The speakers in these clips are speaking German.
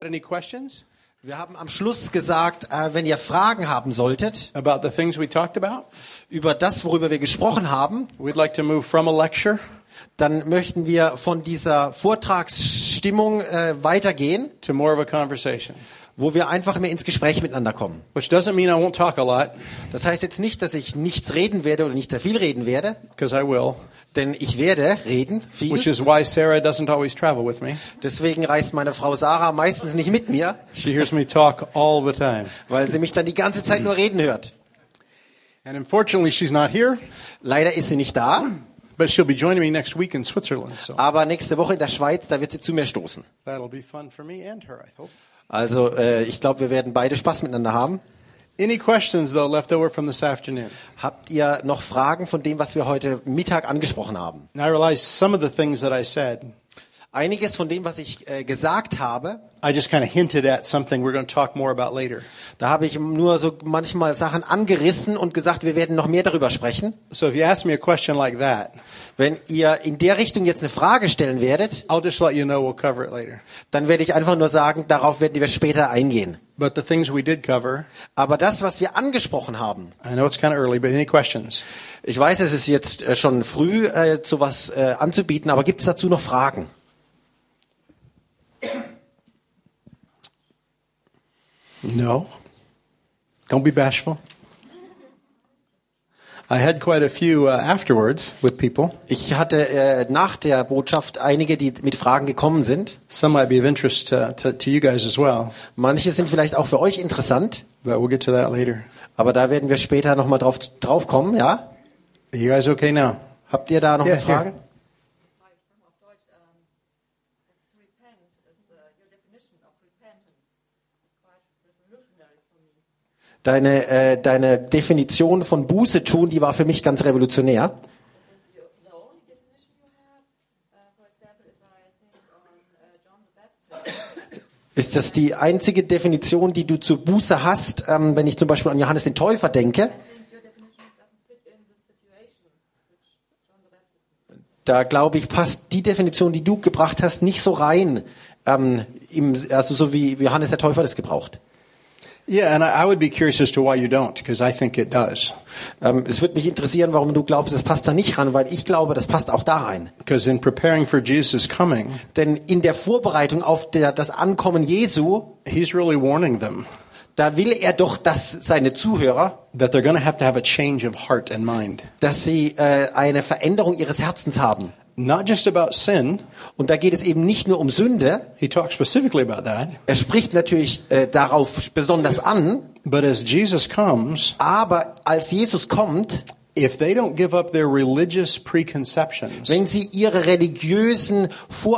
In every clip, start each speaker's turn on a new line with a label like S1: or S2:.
S1: Any questions
S2: Wir haben am Schluss gesagt, äh, wenn ihr Fragen haben solltet
S1: about the things we talked about?
S2: über das, worüber wir gesprochen haben,
S1: We'd like to move from a lecture
S2: dann möchten wir von dieser Vortragsstimmung äh, weitergehen,
S1: to more of a conversation,
S2: wo wir einfach mehr ins Gespräch miteinander kommen.
S1: which doesn't mean I won't talk a lot,
S2: Das heißt jetzt nicht, dass ich nichts reden werde oder nicht sehr viel reden werde,
S1: because I will,
S2: denn ich werde reden, viel.
S1: which is why Sarah doesn't always travel with me.
S2: Deswegen reist meine Frau Sarah meistens nicht mit mir,
S1: She hears me talk all the time.
S2: weil sie mich dann die ganze Zeit nur reden hört.
S1: And unfortunately, she's not here,
S2: Leider ist sie nicht da,
S1: but she'll be joining me next week in Switzerland, so
S2: aber nächste Woche in der Schweiz, da wird sie zu mir stoßen.
S1: that'll be fun for me and her, I hope.
S2: Also äh, ich glaube, wir werden beide Spaß miteinander haben.
S1: Any questions, though, left over from this afternoon?
S2: Habt ihr noch Fragen von dem, was wir heute Mittag angesprochen haben?
S1: And I realize some of the things that I said,
S2: Einiges von dem, was ich äh, gesagt habe,
S1: I just kind of hinted at something we're going to talk more about later.
S2: da habe ich nur so manchmal Sachen angerissen und gesagt, wir werden noch mehr darüber sprechen.
S1: So if you ask me a question like that,
S2: Wenn ihr in der Richtung jetzt eine Frage stellen werdet,
S1: I'll just let you know we'll cover it later.
S2: dann werde ich einfach nur sagen, darauf werden wir später eingehen.
S1: But the things we did cover,
S2: Aber das, was wir angesprochen haben,
S1: I know it's kind of early, but any questions?
S2: ich weiß, es ist jetzt äh, schon früh, äh, sowas äh, anzubieten, aber gibt es dazu noch Fragen?
S1: No. Don't be bashful. I had quite a few uh, afterwards with people.
S2: Ich hatte äh, nach der Botschaft einige, die mit Fragen gekommen sind.
S1: Some might be of interest to, to, to you guys as well,
S2: Manche sind vielleicht auch für euch interessant,
S1: but we'll get to that later.
S2: aber da werden wir später nochmal drauf, drauf kommen, ja?
S1: Are you guys okay now?
S2: Habt ihr da noch
S1: Ja,
S2: eine Frage?
S3: I
S1: ja.
S3: come of Deutsch, um, is to repent is uh, your definition of repentance. It's quite revolutionary for me.
S2: Deine, äh, deine Definition von Buße tun, die war für mich ganz
S3: Is
S2: revolutionär.
S3: your, the only definition you have? Uh, for example, if I think on uh, John the Baptist,
S2: Ist das die einzige Definition, die du zur Buße hast, ähm, wenn ich zum Beispiel an Johannes den Täufer
S3: I
S2: denke?
S3: think your definition doesn't fit in this situation, which John the Baptist.
S2: Da glaube ich, passt die Definition, die du gebracht hast, nicht so rein, ähm, im, also so wie Johannes der Täufer das gebraucht.
S1: Yeah, and I, I would be curious as to why you don't, because I think it does.
S2: Ähm, es würde mich interessieren, warum du glaubst, das passt da nicht ran, weil ich glaube, das passt auch da rein.
S1: Because in preparing for Jesus' coming,
S2: Denn in der Vorbereitung auf der, das Ankommen Jesu,
S1: he's really warning them
S2: da will er doch, dass seine Zuhörer,
S1: that they're going to have to have a change of heart and mind.
S2: dass sie äh, eine Veränderung ihres Herzens haben.
S1: Not just about sin,
S2: Und da geht es eben nicht nur um Sünde,
S1: he talks specifically about that,
S2: er spricht natürlich äh, darauf besonders an,
S1: but as Jesus comes,
S2: aber als Jesus kommt,
S1: if they don't give up their religious preconceptions,
S2: wenn sie ihre religiösen,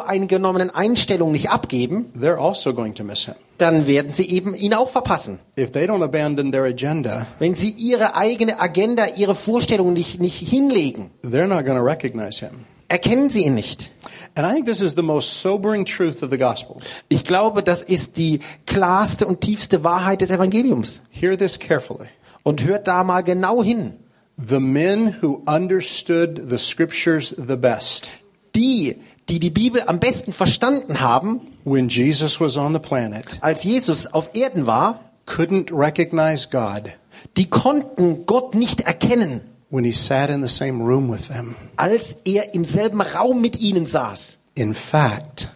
S2: voreingenommenen Einstellungen nicht abgeben,
S1: they're also going to miss him.
S2: dann werden sie eben ihn auch verpassen.
S1: If they don't abandon their agenda,
S2: Wenn sie ihre eigene Agenda, ihre Vorstellungen nicht, nicht hinlegen,
S1: they're not going to recognize him.
S2: erkennen sie ihn nicht.
S1: And I think this is the most sobering truth of the Gospels.
S2: Ich glaube, das ist die klarste und tiefste Wahrheit des Evangeliums.
S1: Hear this carefully.
S2: Und hört da mal genau hin.
S1: The men who understood the scriptures the best
S2: Die, die die Bibel am besten verstanden haben,
S1: when Jesus was on the planet
S2: als Jesus auf Erden war,
S1: couldn't recognize God
S2: die konnten Gott nicht erkennen,
S1: when he sat in the same room with them.
S2: als er im selben Raum mit ihnen saß.
S1: In fact,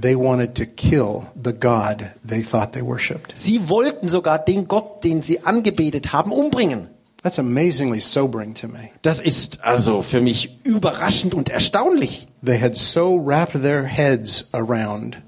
S1: they wanted to kill the God they thought they worshiped.
S2: Sie wollten sogar den Gott, den sie angebetet haben, umbringen.
S1: That's amazingly sobering to me.
S2: Das ist also für mich überraschend und erstaunlich.
S1: They had so wrapped their heads around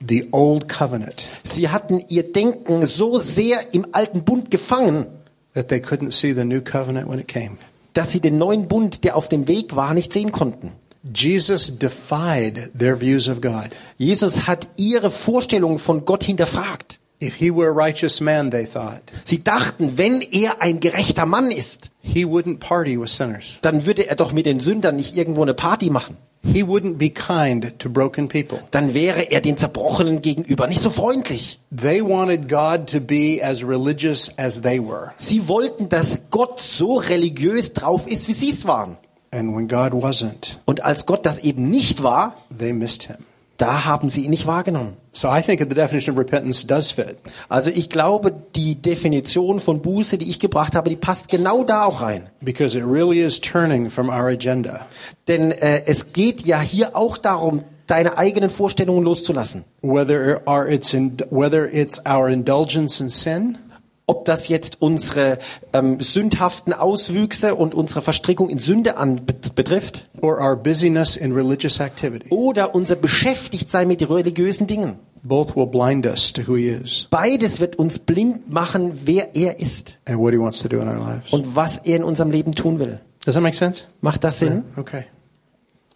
S1: the old covenant
S2: Sie hatten ihr Denken so sehr im alten Bund gefangen,
S1: that they couldn't see the new covenant when it came.
S2: dass sie den neuen Bund, der auf dem Weg war, nicht sehen konnten.
S1: Jesus defied their views of God.
S2: Jesus hat ihre Vorstellungen von Gott hinterfragt.
S1: If he were a righteous man, they thought,
S2: Sie dachten, wenn er ein gerechter Mann ist,
S1: he wouldn't party with sinners.
S2: dann würde er doch mit den Sündern nicht irgendwo eine Party machen.
S1: He wouldn't be kind to broken people.
S2: Dann wäre er den Zerbrochenen gegenüber nicht so freundlich.
S1: They wanted God to be as religious as they were.
S2: Sie wollten, dass Gott so religiös drauf ist, wie sie es waren.
S1: And when God wasn't,
S2: Und als Gott das eben nicht war,
S1: they missed him.
S2: Da haben sie ihn nicht wahrgenommen.
S1: So I think that the definition of repentance does fit.
S2: Also ich glaube, die Definition von Buße, die ich gebracht habe, die passt genau da auch rein.
S1: Because it really is turning from our agenda.
S2: Denn äh, es geht ja hier auch darum, deine eigenen Vorstellungen loszulassen.
S1: Whether, are it's in, whether it's our indulgence in sin,
S2: Ob das jetzt unsere ähm, sündhaften Auswüchse und unsere Verstrickung in Sünde an, bet- betrifft
S1: or our busyness in religious activity,
S2: oder unser Beschäftigtsein mit religiösen Dingen.
S1: both will blind us to who He is
S2: Beides wird uns blind machen, wer er ist
S1: and what He wants to do in our lives.
S2: und was er in unserem Leben tun will.
S1: Does that make sense?
S2: Macht das Sinn?
S1: Okay.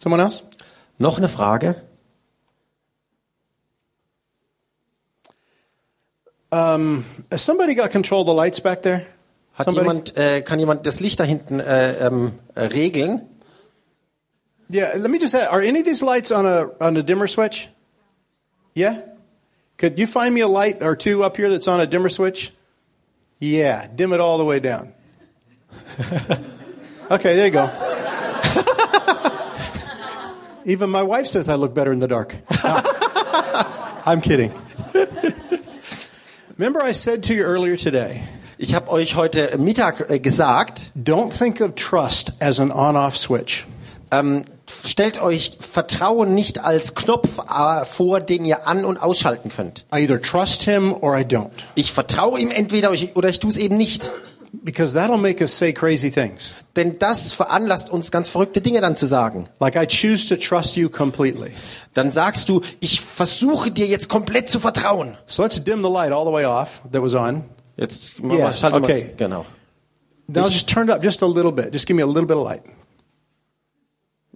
S1: Someone else?
S2: Noch eine Frage?
S1: Has somebody got control of the lights back there?
S2: Hat
S1: Somebody?
S2: jemand, äh, kann jemand das Licht da hinten äh, ähm, äh, regeln?
S1: Yeah, let me just add, are any of these lights on a on a dimmer switch? Yeah? Could you find me a light or two up here that's on a dimmer switch? Yeah, dim it all the way down. okay, there you go. Even my wife says I look better in the dark. I'm kidding. Remember I said to you earlier today,
S2: Ich habe euch heute Mittag äh, gesagt,
S1: don't think of trust as an on-off switch.
S2: ähm, stellt euch Vertrauen nicht als Knopf äh, vor, den ihr an- und ausschalten könnt.
S1: I either trust him or I don't.
S2: Ich vertraue ihm entweder ich- oder ich tue es eben nicht.
S1: Because that'll make us say crazy things.
S2: Denn das veranlasst uns, ganz verrückte Dinge dann zu sagen.
S1: Like, I choose to trust you completely.
S2: Dann sagst du, ich versuche dir jetzt komplett zu vertrauen.
S1: So let's dim the light all the way off that was on.
S2: Jetzt
S1: mal- mal- schalte mal-
S2: Genau.
S1: Now just turn it up just a little bit. Just give me a little bit of light.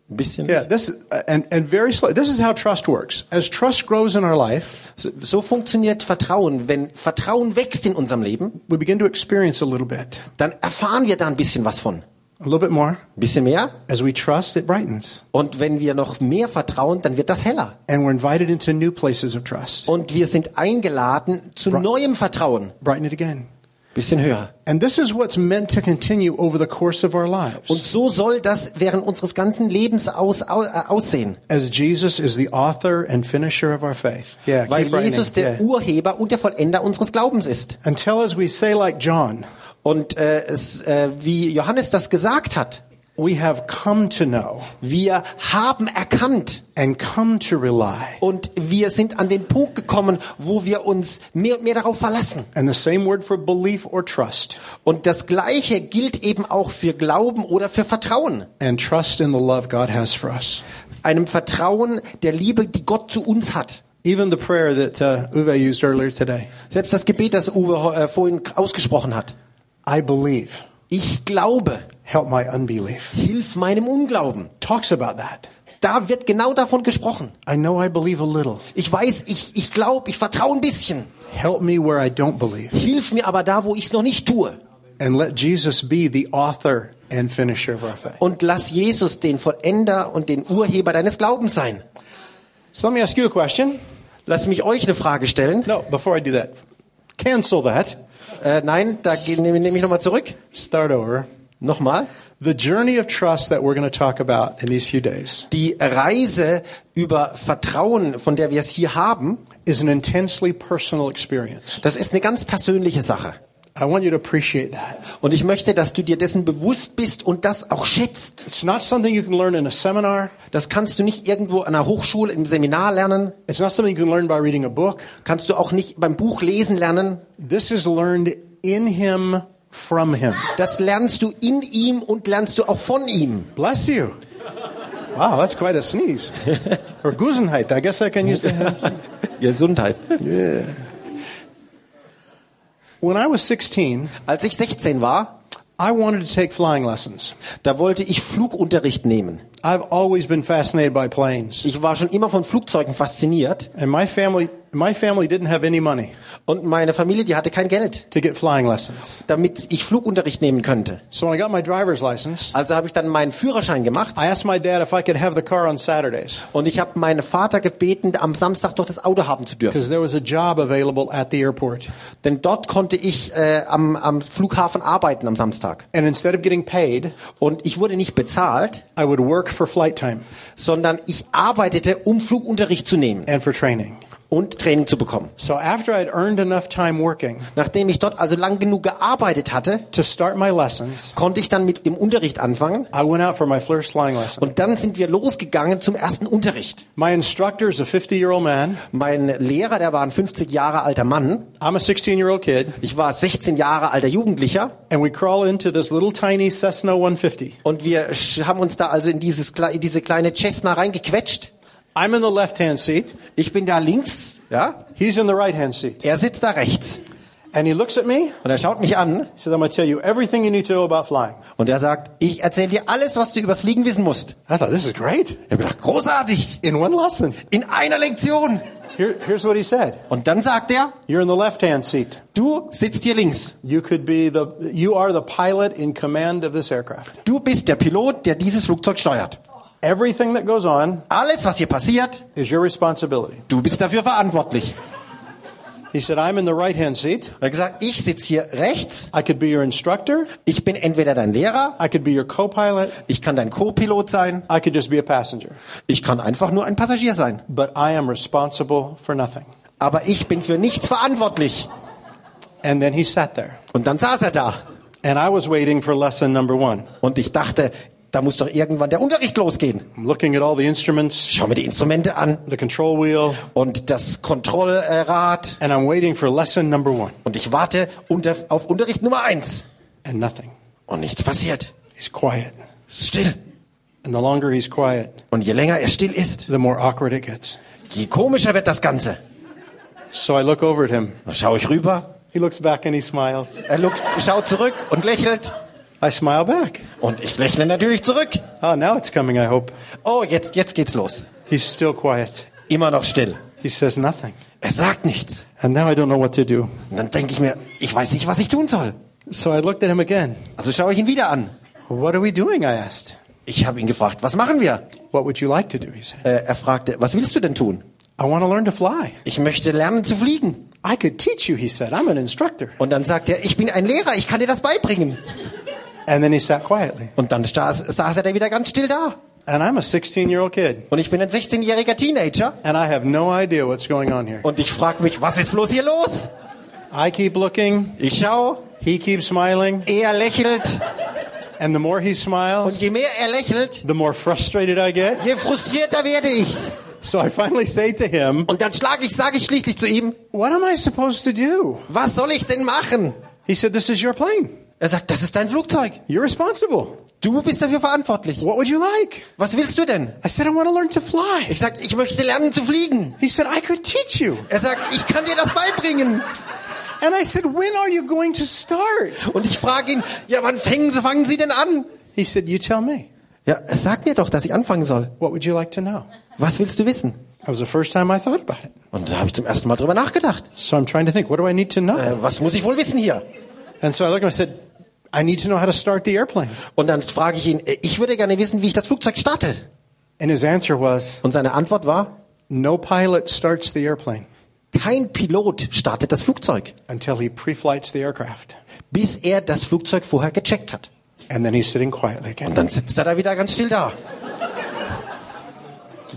S2: Ein bisschen.
S1: Yeah, this is, and, and very slow. This is how trust works. As trust grows in our life,
S2: So, so funktioniert Vertrauen. Wenn Vertrauen wächst in unserem Leben,
S1: we begin to experience a little bit,
S2: dann erfahren wir da ein bisschen was von.
S1: a little bit more.
S2: Ein bisschen mehr.
S1: As we trust, it brightens.
S2: Und wenn wir noch mehr vertrauen, dann wird das heller.
S1: And we're invited into new places of trust.
S2: Und wir sind eingeladen zu neuem Vertrauen.
S1: Brighten it again.
S2: Bisschen höher.
S1: And this is what's meant to continue over the course of our
S2: Und
S1: lives.
S2: so soll das während unseres ganzen Lebens aus, au, äh, aussehen.
S1: As Jesus is the author and finisher of our faith. Yeah,
S2: Weil
S1: keep brightening.
S2: Jesus
S1: Yeah.
S2: der Urheber und der Vollender unseres Glaubens ist.
S1: Until as we say, like John,
S2: Und äh, es, äh, wie Johannes das gesagt hat,
S1: we have come to know
S2: wir haben erkannt
S1: and come to rely.
S2: und wir sind an den Punkt gekommen, wo wir uns mehr und mehr darauf verlassen.
S1: And the same word for belief or trust.
S2: Und das Gleiche gilt eben auch für Glauben oder für Vertrauen.
S1: And trust in the love God has for us.
S2: Einem Vertrauen der Liebe, die Gott zu uns hat.
S1: Even the prayer that uh, Uwe used earlier today
S2: Selbst das Gebet, das Uwe äh, vorhin ausgesprochen hat.
S1: I believe,
S2: Ich glaube,
S1: help my unbelief.
S2: hilf meinem Unglauben.
S1: Talks about that.
S2: Da wird genau davon gesprochen.
S1: I know I believe a little.
S2: Ich weiß, ich, ich glaube, ich vertraue ein bisschen.
S1: Help me where I don't believe.
S2: Hilf mir aber da, wo ich es noch nicht tue.
S1: And let Jesus be the author and finisher of our faith.
S2: Und lass Jesus den Vollender und den Urheber deines Glaubens sein.
S1: So let me ask you a question.
S2: Lass mich euch eine Frage stellen.
S1: No, before I do that, cancel that.
S2: Äh, nein, da ge- nehme nehme ich nochmal zurück.
S1: Start over.
S2: Nochmal.
S1: The journey of trust that we're going to talk about in these few days
S2: Die Reise über Vertrauen, von der wir es hier haben,
S1: is an intensely personal experience.
S2: das ist eine ganz persönliche Sache.
S1: I want you to appreciate that.
S2: Und ich möchte, dass du dir dessen bewusst bist und das auch schätzt.
S1: It's not something you can learn in a seminar.
S2: Das kannst du nicht irgendwo an einer Hochschule im Seminar lernen.
S1: It's not something you can learn by reading a book.
S2: Kannst du auch nicht beim Buch lesen lernen.
S1: This is learned in Him, from Him.
S2: Das lernst du in ihm und lernst du auch von ihm.
S1: Bless you. Wow, that's quite a sneeze. Or Gusenheit. I guess I can use that.
S2: Gesundheit.
S1: Yeah. When I was 16,
S2: Als ich 16 war,
S1: I wanted to take flying lessons.
S2: da wollte ich Flugunterricht nehmen.
S1: I've always been fascinated by planes.
S2: Ich war schon immer von Flugzeugen fasziniert
S1: And my family my family didn't have any money
S2: Und meine Familie, die hatte kein Geld,
S1: to get flying lessons.
S2: damit ich Flugunterricht nehmen könnte.
S1: So when I got my driver's license,
S2: Also habe ich dann meinen Führerschein gemacht
S1: I asked my dad if I could have the car on Saturdays
S2: und ich habe meinen Vater gebeten, am Samstag doch das Auto haben zu dürfen.
S1: because there was a job available at the airport.
S2: Denn dort konnte ich äh, am, am Flughafen arbeiten am Samstag.
S1: And instead of getting paid,
S2: Und ich wurde nicht bezahlt,
S1: I would work for flight time
S2: sondern ich arbeitete, um Flugunterricht zu nehmen
S1: and for training.
S2: und Training zu bekommen.
S1: So after I'd earned enough time working
S2: Nachdem ich dort also lang genug gearbeitet hatte,
S1: to start my lessons,
S2: konnte ich dann mit dem Unterricht anfangen.
S1: I went out for my first flying lesson.
S2: Und dann sind wir losgegangen zum ersten Unterricht.
S1: My instructor is a 50 year old man.
S2: Mein Lehrer, der war ein 50 Jahre alter Mann.
S1: I'm a 16 year old kid.
S2: Ich war 16 Jahre alter Jugendlicher.
S1: And we crawl into this little tiny Cessna 150.
S2: Und wir sch- haben uns da also in, dieses, kle- in diese kleine Cessna reingequetscht.
S1: I'm in the left hand seat.
S2: Ich bin da links, ja.
S1: He's in the right hand seat.
S2: Er sitzt da rechts.
S1: And he looks at me. He
S2: Und er schaut mich an
S1: says, I'm going to tell you everything you need to know about flying.
S2: und er sagt, ich erzähle dir alles, was du übers Fliegen wissen musst.
S1: I thought, this is great.
S2: Ich habe gedacht, großartig,
S1: In one lesson.
S2: in einer Lektion.
S1: Here, here's what he said
S2: Und dann sagt er,
S1: You're in the left hand seat.
S2: du sitzt hier links.
S1: You could be the, you are the pilot in command of this aircraft.
S2: Du bist der Pilot, der dieses Flugzeug steuert.
S1: Everything that goes on
S2: Alles, was hier passiert,
S1: is your responsibility.
S2: du bist dafür verantwortlich.
S1: He said, I'm in the right hand seat.
S2: Er hat gesagt, ich sitze hier rechts,
S1: I could be your instructor.
S2: ich bin entweder dein Lehrer,
S1: I could be your co pilot.
S2: ich kann dein Co-Pilot sein,
S1: I could just be a passenger.
S2: ich kann einfach nur ein Passagier sein.
S1: But I am responsible for nothing.
S2: Aber ich bin für nichts verantwortlich.
S1: And then he sat there.
S2: Und dann saß er da.
S1: And I was waiting for lesson number one.
S2: Und ich dachte, da muss doch irgendwann der Unterricht losgehen.
S1: I'm looking at all the instruments,
S2: Ich schaue mir die Instrumente an
S1: the control wheel,
S2: und das Kontrollrad
S1: and I'm waiting for lesson number one.
S2: und ich warte unter, auf Unterricht Nummer eins.
S1: And nothing.
S2: Und nichts passiert.
S1: He's quiet.
S2: Ist Still.
S1: And the longer he's quiet,
S2: Und je länger er still ist,
S1: the more awkward it gets.
S2: je komischer wird das Ganze.
S1: So I look over at him.
S2: Dann schaue ich rüber,
S1: He looks back and he smiles.
S2: er lugt, schaut zurück und lächelt.
S1: I smile back.
S2: Und ich lächle natürlich zurück.
S1: Oh, now it's coming, I hope.
S2: Oh, jetzt, jetzt geht's los.
S1: He's still quiet.
S2: Immer noch still.
S1: He says nothing.
S2: Er sagt nichts.
S1: And now I don't know what to do.
S2: Und dann denke ich mir, ich weiß nicht, was ich tun soll.
S1: So I looked at him again.
S2: Also schaue ich ihn wieder an.
S1: What are we doing? I asked.
S2: Ich habe ihn gefragt, was machen wir?
S1: What would you like to do? He said.
S2: Äh, er fragte, was willst du denn tun?
S1: I want to learn to fly.
S2: Ich möchte lernen zu fliegen.
S1: I could teach you, he said. I'm an instructor.
S2: Und dann sagt er, ich bin ein Lehrer, ich kann dir das beibringen.
S1: And then he sat quietly.
S2: Und dann saß, saß er da wieder ganz still da.
S1: And I'm a 16 year old kid.
S2: Und ich bin ein 16-jähriger Teenager.
S1: And I have no idea what's going on here.
S2: Und ich frage mich, was ist bloß hier los?
S1: I keep looking.
S2: Ich schaue,
S1: He keeps smiling.
S2: er lächelt.
S1: And the more he
S2: Und
S1: smiles,
S2: je mehr er lächelt,
S1: the more frustrated I get.
S2: je frustrierter werde ich.
S1: So I finally say to him,
S2: Und dann schlage ich, sage ich schließlich zu ihm,
S1: What am I supposed to do?
S2: was soll ich denn machen?
S1: He said, This is your plane.
S2: Er sagt, das ist dein Flugzeug.
S1: You're responsible.
S2: Du bist dafür verantwortlich.
S1: What would you like?
S2: Was willst du denn?
S1: I said, I want to learn to fly.
S2: Ich sag, ich möchte lernen zu fliegen.
S1: He said, I could teach you.
S2: Er sagt, ich kann dir das beibringen.
S1: And I said, When are you going to start?
S2: Und ich frage ihn, ja, wann fangen Sie, fangen Sie denn an?
S1: He said, You tell me.
S2: Ja, sag mir doch, dass ich anfangen soll.
S1: What would you like to know?
S2: Was willst du wissen?
S1: That was the first time I thought about it.
S2: Und da habe ich zum ersten Mal drüber nachgedacht.
S1: So I'm trying to think, What do I need to
S2: Äh,
S1: know?
S2: was muss ich wohl wissen hier?
S1: And so I looked at him and said, I need to know how to start the airplane.
S2: Und dann frage ich ihn, äh, ich würde gerne wissen, wie ich das Flugzeug starte.
S1: And his answer was,
S2: Und seine Antwort war,
S1: no pilot starts the airplane
S2: kein Pilot startet das Flugzeug,
S1: until he pre-flights the aircraft.
S2: bis er das Flugzeug vorher gecheckt hat.
S1: And then he's sitting quietly again.
S2: Und dann sitzt er da wieder ganz still da.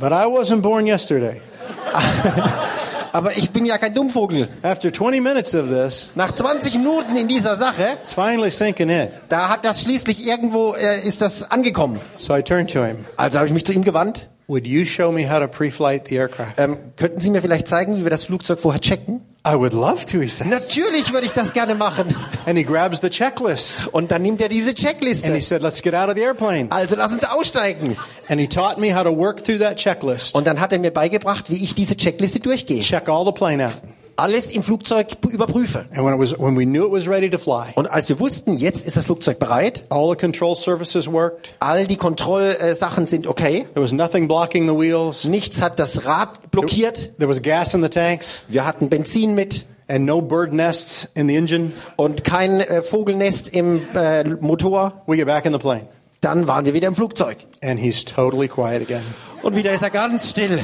S1: But I wasn't born yesterday.
S2: Aber ich bin ja kein Dummvogel.
S1: After 20 minutes of this,
S2: Nach 20 Minuten in dieser Sache,
S1: it's finally sinking in.
S2: da hat das schließlich irgendwo, äh, ist das angekommen.
S1: So I turned to him.
S2: Also habe ich mich zu ihm gewandt.
S1: Would you show me how to pre-flight the aircraft?
S2: Ähm, könnten Sie mir vielleicht zeigen, wie wir das Flugzeug vorher checken?
S1: I would love to, he says.
S2: Natürlich würde ich das gerne machen.
S1: And he grabs the checklist
S2: Und dann nimmt er diese
S1: and
S2: Checkliste.
S1: he said, let's get out of the airplane.
S2: Also lass uns aussteigen.
S1: And he taught me how to work through that checklist.
S2: Und dann hat er mir beigebracht, wie ich diese Checkliste durchgehe.
S1: Check all the plane out.
S2: alles im Flugzeug überprüfe.
S1: And when, it was, when we knew it was ready to fly,
S2: Und als wir wussten, jetzt ist das Flugzeug bereit,
S1: all the control surfaces worked.
S2: all die Kontrollsachen sind okay,
S1: There was nothing blocking the wheels.
S2: nichts hat das Rad blockiert,
S1: There was gas in the tanks
S2: wir hatten Benzin mit
S1: and no bird nests in the engine.
S2: und kein äh, Vogelnest im äh, Motor,
S1: We get back in the plane.
S2: dann waren wir wieder im Flugzeug.
S1: And he's totally quiet again.
S2: Und wieder ist er ganz still.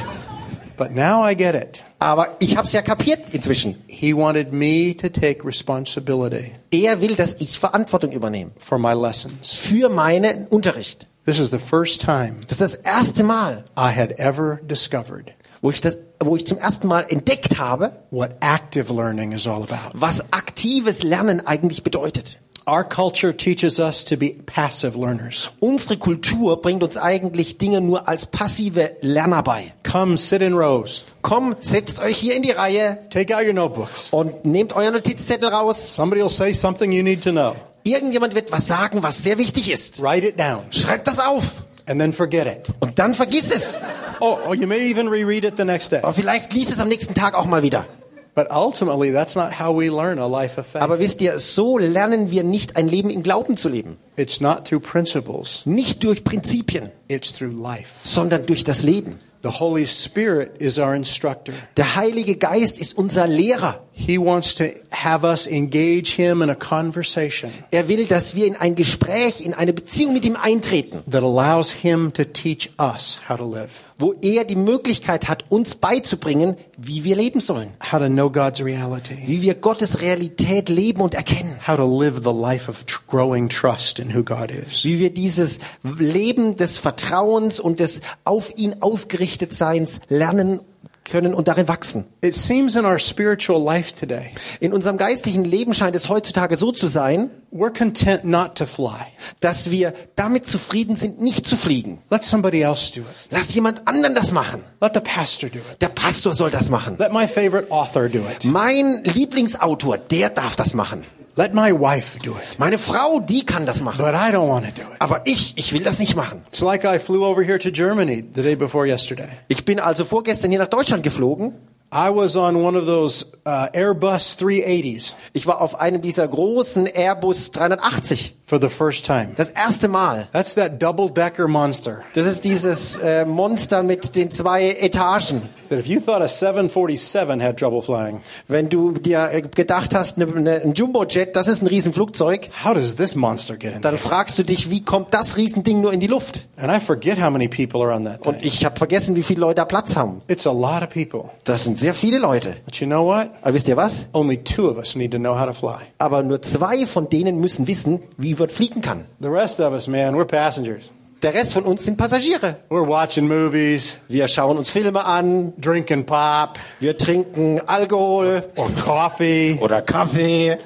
S1: But now I get it.
S2: Aber ich habe es ja kapiert inzwischen.
S1: He wanted me to take responsibility
S2: Er will, dass ich Verantwortung übernehme
S1: for my lessons.
S2: für meinen Unterricht.
S1: This is the first time
S2: Das ist das erste Mal,
S1: I had ever discovered
S2: wo ich das, wo ich zum ersten Mal entdeckt habe,
S1: what active learning is all about.
S2: was aktives Lernen eigentlich bedeutet.
S1: Our culture teaches us to be passive learners.
S2: Unsere Kultur bringt uns eigentlich Dinge nur als passive Lerner bei.
S1: Come sit in rows.
S2: Komm, setzt euch hier in die Reihe
S1: Take out your notebooks.
S2: und nehmt euren Notizzettel raus.
S1: Somebody will say something you need to know.
S2: Irgendjemand wird was sagen, was sehr wichtig ist.
S1: Write it down
S2: Schreibt das auf
S1: and then forget it.
S2: und dann vergiss es.
S1: Oh, or you may even reread it the next day.
S2: Aber vielleicht liest es am nächsten Tag auch mal wieder.
S1: But ultimately, that's not how we learn a life of faith.
S2: Aber wisst ihr, so lernen wir nicht ein Leben im Glauben zu leben.
S1: It's not through principles,
S2: Nicht durch Prinzipien,
S1: it's through life.
S2: sondern durch das Leben.
S1: The Holy Spirit is our instructor.
S2: Der Heilige Geist ist unser Lehrer.
S1: He wants to have us engage Him in a conversation
S2: Er will, dass wir in ein Gespräch, in eine Beziehung mit ihm eintreten,
S1: that allows Him to teach us how to live,
S2: wo er die Möglichkeit hat, uns beizubringen, wie wir leben sollen,
S1: how to know God's reality,
S2: wie wir Gottes Realität leben und erkennen,
S1: how to live the life of tr- growing trust in who God is.
S2: wie wir dieses Leben des Vertrauens und des auf ihn ausgerichtet Seins lernen können und darin wachsen.
S1: It seems in our spiritual life today,
S2: In unserem geistlichen Leben scheint es heutzutage so zu sein,
S1: we're content not to fly.
S2: dass wir damit zufrieden sind, nicht zu fliegen.
S1: Let somebody else do it.
S2: Lass jemand anderen das machen.
S1: Let the pastor do it.
S2: Der Pastor soll das machen.
S1: Let my favorite author do it.
S2: Mein Lieblingsautor, der darf das machen.
S1: Let my wife do it.
S2: Meine Frau, die kann das machen.
S1: But I don't want to do it.
S2: Aber ich, ich will das nicht machen.
S1: It's like I flew over here to Germany the day before yesterday.
S2: Ich bin also vorgestern hier nach Deutschland geflogen.
S1: I was on one of those uh, Airbus 380s
S2: Ich war auf einem dieser großen Airbus 380.
S1: for the first time.
S2: Das erste Mal.
S1: That's that double decker monster.
S2: Das ist dieses äh, Monster mit den zwei Etagen.
S1: That if you thought a 747 had trouble flying,
S2: Wenn du dir äh, gedacht hast, ne, ne, ein Jumbojet, das ist ein Riesenflugzeug,
S1: how does this monster get in
S2: dann
S1: there?
S2: fragst du dich, wie kommt das Riesending nur in die Luft?
S1: And I forget how many people are on that
S2: Und
S1: thing.
S2: ich habe vergessen, wie viele Leute da Platz haben.
S1: It's a lot of people.
S2: Das sind sehr viele Leute.
S1: But you know what?
S2: Aber wisst ihr was?
S1: Only two of us need to know how to fly.
S2: Aber nur zwei von denen müssen wissen, wie man fliegen kann.
S1: The rest of us, man, we're passengers.
S2: Der Rest von uns sind Passagiere.
S1: We're watching movies,
S2: Wir schauen uns Filme an,
S1: drinking pop
S2: wir trinken Alkohol
S1: or coffee,
S2: oder Kaffee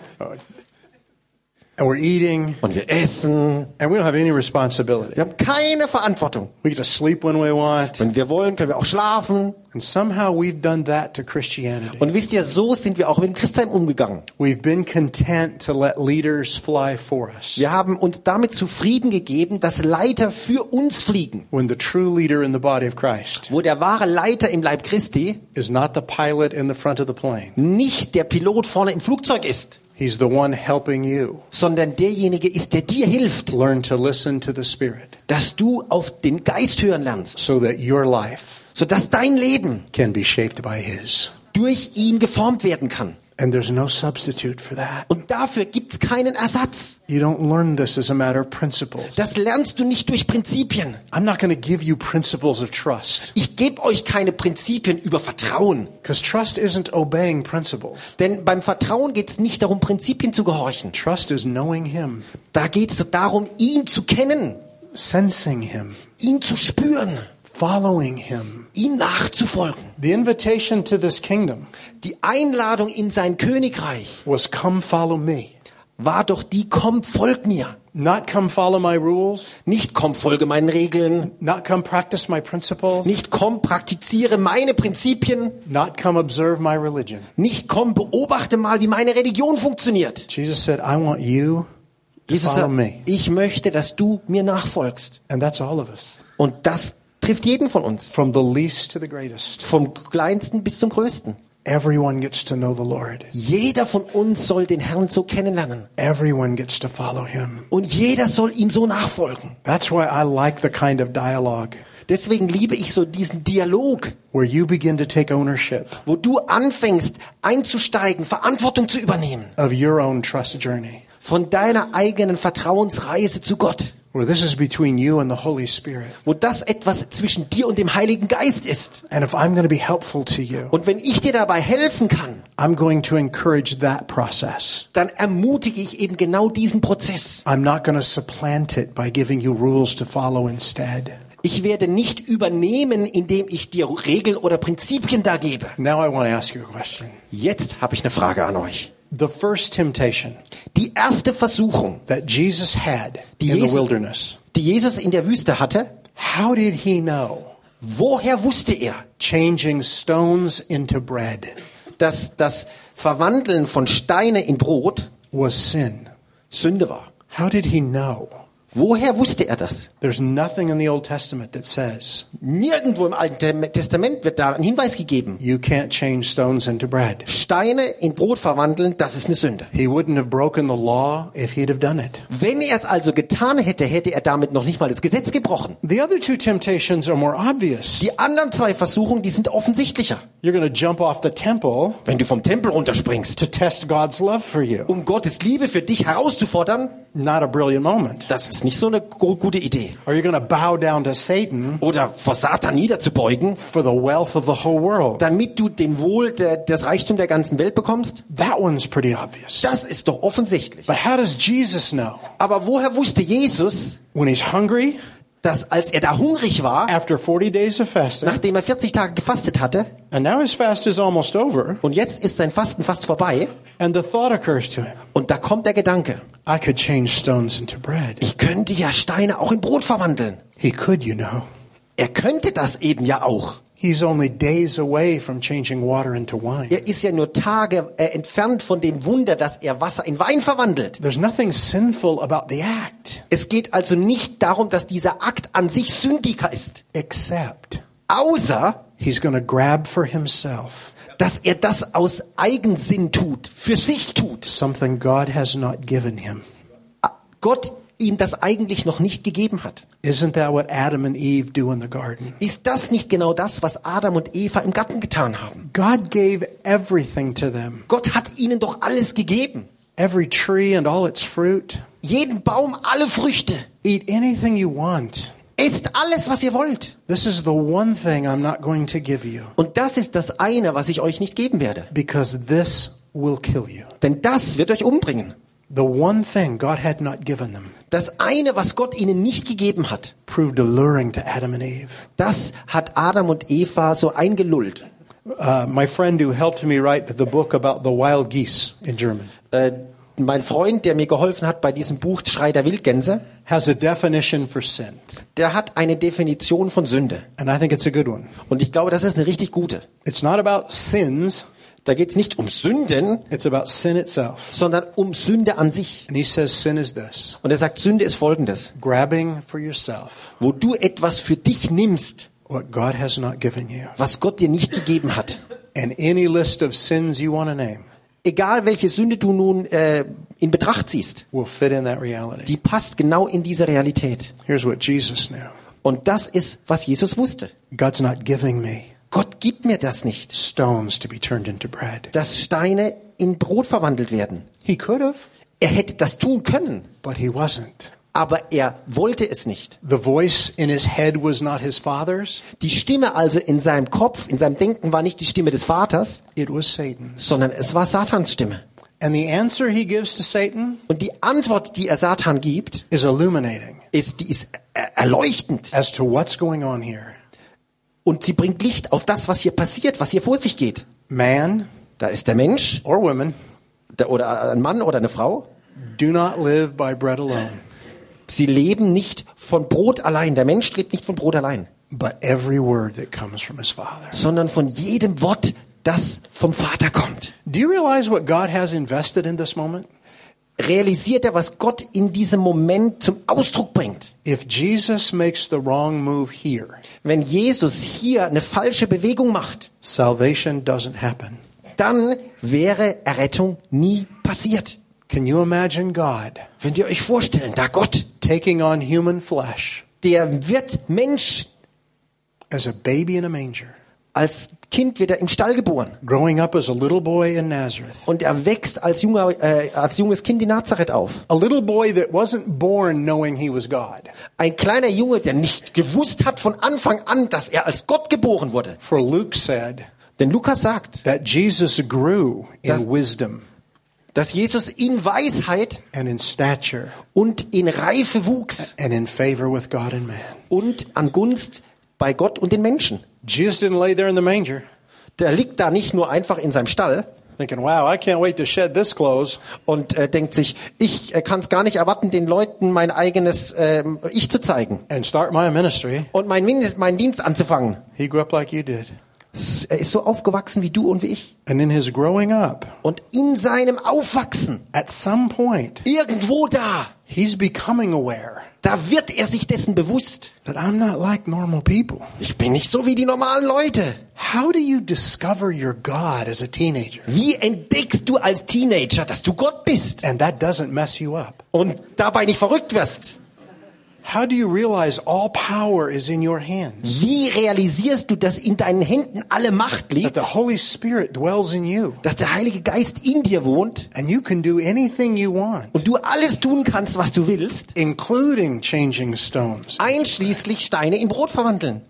S1: and we're eating,
S2: und wir essen.
S1: and we don't have any responsibility.
S2: Wir haben keine Verantwortung.
S1: We get to sleep when we want.
S2: Wenn wir wollen, können wir auch schlafen.
S1: And somehow we've done that to Christianity.
S2: Und wisst ihr, so sind wir auch mit dem Christsein umgegangen.
S1: We've been content to let leaders fly for us
S2: Wir haben uns damit zufrieden gegeben, dass Leiter für uns fliegen.
S1: when the true leader in the body of Christ
S2: Wo der wahre Leiter im Leib Christi
S1: is not the pilot in the front of the plane.
S2: nicht der Pilot vorne im Flugzeug ist,
S1: He's the one helping you
S2: sondern derjenige ist, der dir hilft,
S1: learn to listen to the Spirit
S2: dass du auf den Geist hören lernst,
S1: so that your life
S2: sodass dein Leben
S1: can be shaped by His.
S2: durch ihn geformt werden kann.
S1: And there's no substitute for that.
S2: Und dafür gibt's keinen Ersatz.
S1: You don't learn this as a matter of principles.
S2: Das lernst du nicht durch Prinzipien.
S1: I'm not going to give you principles of trust
S2: Ich gebe euch keine Prinzipien über Vertrauen.
S1: because trust isn't obeying principles.
S2: Denn beim Vertrauen geht's nicht darum, Prinzipien zu gehorchen.
S1: Trust is knowing Him,
S2: Da geht's darum, ihn zu kennen,
S1: sensing Him,
S2: ihn zu spüren,
S1: following Him.
S2: ihm nachzufolgen.
S1: The invitation to this kingdom
S2: Die Einladung in sein Königreich
S1: was come follow me.
S2: war doch die, komm, folg mir.
S1: Not come follow my rules,
S2: Nicht komm, folge meinen Regeln.
S1: not come practice my principles,
S2: Nicht komm, praktiziere meine Prinzipien.
S1: not come observe my religion.
S2: Nicht komm, beobachte mal, wie meine Religion funktioniert.
S1: Jesus said, I want you to
S2: Jesus
S1: follow
S2: sagt,
S1: me.
S2: ich möchte, dass du mir nachfolgst.
S1: And that's all of us,
S2: Und das trifft jeden von uns.
S1: from the least to the greatest.
S2: Vom kleinsten bis zum größten.
S1: Everyone gets to know the Lord.
S2: Jeder von uns soll den Herrn so kennenlernen.
S1: Everyone gets to follow him.
S2: Und jeder soll ihm so nachfolgen.
S1: That's why I like the kind of dialogue
S2: Deswegen liebe ich so diesen Dialog,
S1: where you begin to take ownership
S2: wo du anfängst einzusteigen, Verantwortung zu übernehmen.
S1: of your own trust journey,
S2: Von deiner eigenen Vertrauensreise zu Gott.
S1: where this is between you and the Holy Spirit.
S2: Wo das etwas zwischen dir und dem Heiligen Geist ist.
S1: And if I'm going to be helpful to you,
S2: Und wenn ich dir dabei helfen kann,
S1: I'm going to encourage that process.
S2: dann ermutige ich eben genau diesen Prozess.
S1: I'm not going to supplant it by giving you rules to follow instead.
S2: Ich werde nicht übernehmen, indem ich dir Regeln oder Prinzipien da gebe.
S1: Now I want to ask you a question.
S2: Jetzt habe ich eine Frage an euch.
S1: The first temptation
S2: Die erste Versuchung,
S1: that Jesus had
S2: Die
S1: in the
S2: Jesu-
S1: wilderness,
S2: die Jesus in der Wüste hatte,
S1: how did he know
S2: woher wusste er,
S1: changing stones into bread
S2: dass das Verwandeln von Steine in Brot
S1: was sin?
S2: Sünde war?
S1: How did he know?
S2: Woher wusste er das?
S1: There's nothing in the Old Testament that says
S2: Nirgendwo im Alten Tem- Testament wird da ein Hinweis gegeben.
S1: you can't change stones into bread.
S2: Steine in Brot verwandeln, das ist eine Sünde.
S1: He wouldn't have broken the law if he'd have done it.
S2: Wenn er es also getan hätte, hätte er damit noch nicht mal das Gesetz gebrochen.
S1: The other two temptations are more obvious.
S2: Die anderen zwei Versuchungen, die sind offensichtlicher.
S1: You're going to jump off the temple
S2: Wenn du vom Tempel runterspringst,
S1: to test God's love for you.
S2: um Gottes Liebe für dich herauszufordern,
S1: Not a brilliant moment.
S2: das ist nicht so eine gu- gute Idee.
S1: Or you're going to bow down to Satan
S2: Oder vor Satan niederzubeugen,
S1: for the wealth of the whole world.
S2: damit du den Wohl, der, das Reichtum der ganzen Welt bekommst.
S1: That one's pretty obvious.
S2: Das ist doch offensichtlich.
S1: But how does Jesus know?
S2: Aber woher wusste Jesus,
S1: When he's hungry,
S2: dass als er da hungrig war,
S1: after 40 days of fasting,
S2: nachdem er 40 Tage gefastet hatte,
S1: and now his fast is almost over,
S2: und jetzt ist sein Fasten fast vorbei,
S1: and the thought occurs to him,
S2: und da kommt der Gedanke,
S1: I could change stones into bread.
S2: ich könnte ja Steine auch in Brot verwandeln.
S1: He could, you know.
S2: Er könnte das eben ja auch.
S1: He's only days away from changing water into wine.
S2: Er ist ja nur Tage äh, entfernt von dem Wunder, dass er Wasser in Wein verwandelt.
S1: There's nothing sinful about the act,
S2: Es geht also nicht darum, dass dieser Akt an sich sündiger ist,
S1: except
S2: außer
S1: he's going to grab for himself
S2: dass er das aus Eigensinn tut, für sich tut.
S1: something God has not given him.
S2: Gott ihm das eigentlich noch nicht gegeben hat.
S1: Isn't that what Adam and Eve do in the garden?
S2: Ist das nicht genau das, was Adam und Eva im Garten getan haben?
S1: God gave everything to them
S2: Gott hat ihnen doch alles gegeben.
S1: every tree and all its fruit.
S2: Jeden Baum, alle Früchte.
S1: Eat anything you want.
S2: Esst alles, was ihr wollt.
S1: This is the one thing I'm not going to give you
S2: Und das ist das eine, was ich euch nicht geben werde.
S1: because this will kill you.
S2: Denn das wird euch umbringen.
S1: The one thing God had not given them
S2: Das eine, was Gott ihnen nicht gegeben hat,
S1: proved alluring to Adam and Eve.
S2: das hat Adam und Eva so eingelullt.
S1: Uh, my friend who helped me write the book about the wild geese in German
S2: Äh, mein Freund, der mir geholfen hat bei diesem Buch Schrei der Wildgänse,
S1: has a definition for sin,
S2: der hat eine Definition von Sünde.
S1: and I think it's a good one.
S2: Und ich glaube, das ist eine richtig gute.
S1: It's not about sins,
S2: Da geht es nicht um Sünden,
S1: it's about sin itself.
S2: sondern um Sünde an sich.
S1: And he says sin is this
S2: Und er sagt, Sünde ist folgendes.
S1: grabbing for yourself
S2: Wo du etwas für dich nimmst,
S1: what God has not given you.
S2: was Gott dir nicht gegeben hat.
S1: And any list of sins you want to name
S2: Egal, welche Sünde du nun äh, in Betracht ziehst,
S1: will fit in that reality.
S2: die passt genau in diese Realität.
S1: Here's what Jesus knew
S2: Und das ist, was Jesus wusste.
S1: God's not giving me
S2: Gott gibt mir das nicht,
S1: stones to be turned into bread.
S2: dass Steine in Brot verwandelt werden.
S1: He could have,
S2: Er hätte das tun können,
S1: but he wasn't.
S2: aber er wollte es nicht.
S1: The voice in his head was not his father's,
S2: Die Stimme also in seinem Kopf, in seinem Denken war nicht die Stimme des Vaters,
S1: it was Satan's.
S2: sondern es war Satans Stimme.
S1: And the answer he gives to Satan
S2: Und die Antwort, die er Satan gibt,
S1: is illuminating
S2: ist, die ist er- erleuchtend.
S1: as to what's going on here.
S2: Und sie bringt Licht auf das, was hier passiert, was hier vor sich geht.
S1: Man
S2: Da ist der Mensch
S1: or women
S2: da- oder ein Mann oder eine Frau.
S1: do not live by bread alone.
S2: Sie leben nicht von Brot allein. Der Mensch lebt nicht von Brot allein,
S1: but every word that comes from his father.
S2: sondern von jedem Wort, das vom Vater kommt.
S1: Do you realize what God has invested in this moment?
S2: Realisiert er, was Gott in diesem Moment zum Ausdruck bringt.
S1: If Jesus makes the wrong move here,
S2: Wenn Jesus hier eine falsche Bewegung macht,
S1: salvation doesn't happen.
S2: dann wäre Errettung nie passiert.
S1: Can you imagine God
S2: Könnt ihr euch vorstellen, da Gott,
S1: taking on human flesh
S2: der wird Mensch,
S1: as a baby in a manger,
S2: als Kind wird er im Stall geboren
S1: growing up as a little boy in Nazareth?
S2: und er wächst als, junger, äh, als junges Kind in Nazareth auf.
S1: A little boy that wasn't born knowing he was God
S2: Ein kleiner Junge, der nicht gewusst hat von Anfang an, dass er als Gott geboren wurde.
S1: For Luke said
S2: Denn Lukas sagt,
S1: that Jesus grew in
S2: Das-
S1: wisdom
S2: dass Jesus in Weisheit
S1: and in stature
S2: und in Reife wuchs
S1: and in favor with God and man.
S2: und an Gunst bei Gott und den Menschen.
S1: Jesus didn't lay there in the manger
S2: Der liegt da nicht nur einfach in seinem Stall
S1: thinking, wow, I can't wait to shed this clothes.
S2: und äh, denkt sich, ich äh, kann es gar nicht erwarten, den Leuten mein eigenes ähm, Ich zu zeigen
S1: and start my ministry.
S2: und meinen Min meinen Dienst anzufangen.
S1: He grew up like you did.
S2: S- Er ist so aufgewachsen wie du und wie ich.
S1: And in his growing up,
S2: Und in seinem Aufwachsen,
S1: at some point,
S2: irgendwo da,
S1: he's becoming aware
S2: da wird er sich dessen bewusst.
S1: that I'm not like normal people.
S2: Ich bin nicht so wie die normalen Leute.
S1: How do you discover your God as a teenager?
S2: Wie entdeckst du als Teenager, dass du Gott bist
S1: And that doesn't mess you up.
S2: und dabei nicht verrückt wirst?
S1: How do you realize all power is in your hands?
S2: Wie realisierst du, dass in deinen Händen alle Macht
S1: That
S2: liegt,
S1: the Holy Spirit dwells in you
S2: dass der Heilige Geist in dir wohnt
S1: and you can do anything you want,
S2: und du alles tun kannst, was du willst,
S1: including changing stones.
S2: einschließlich Steine in Brot verwandeln?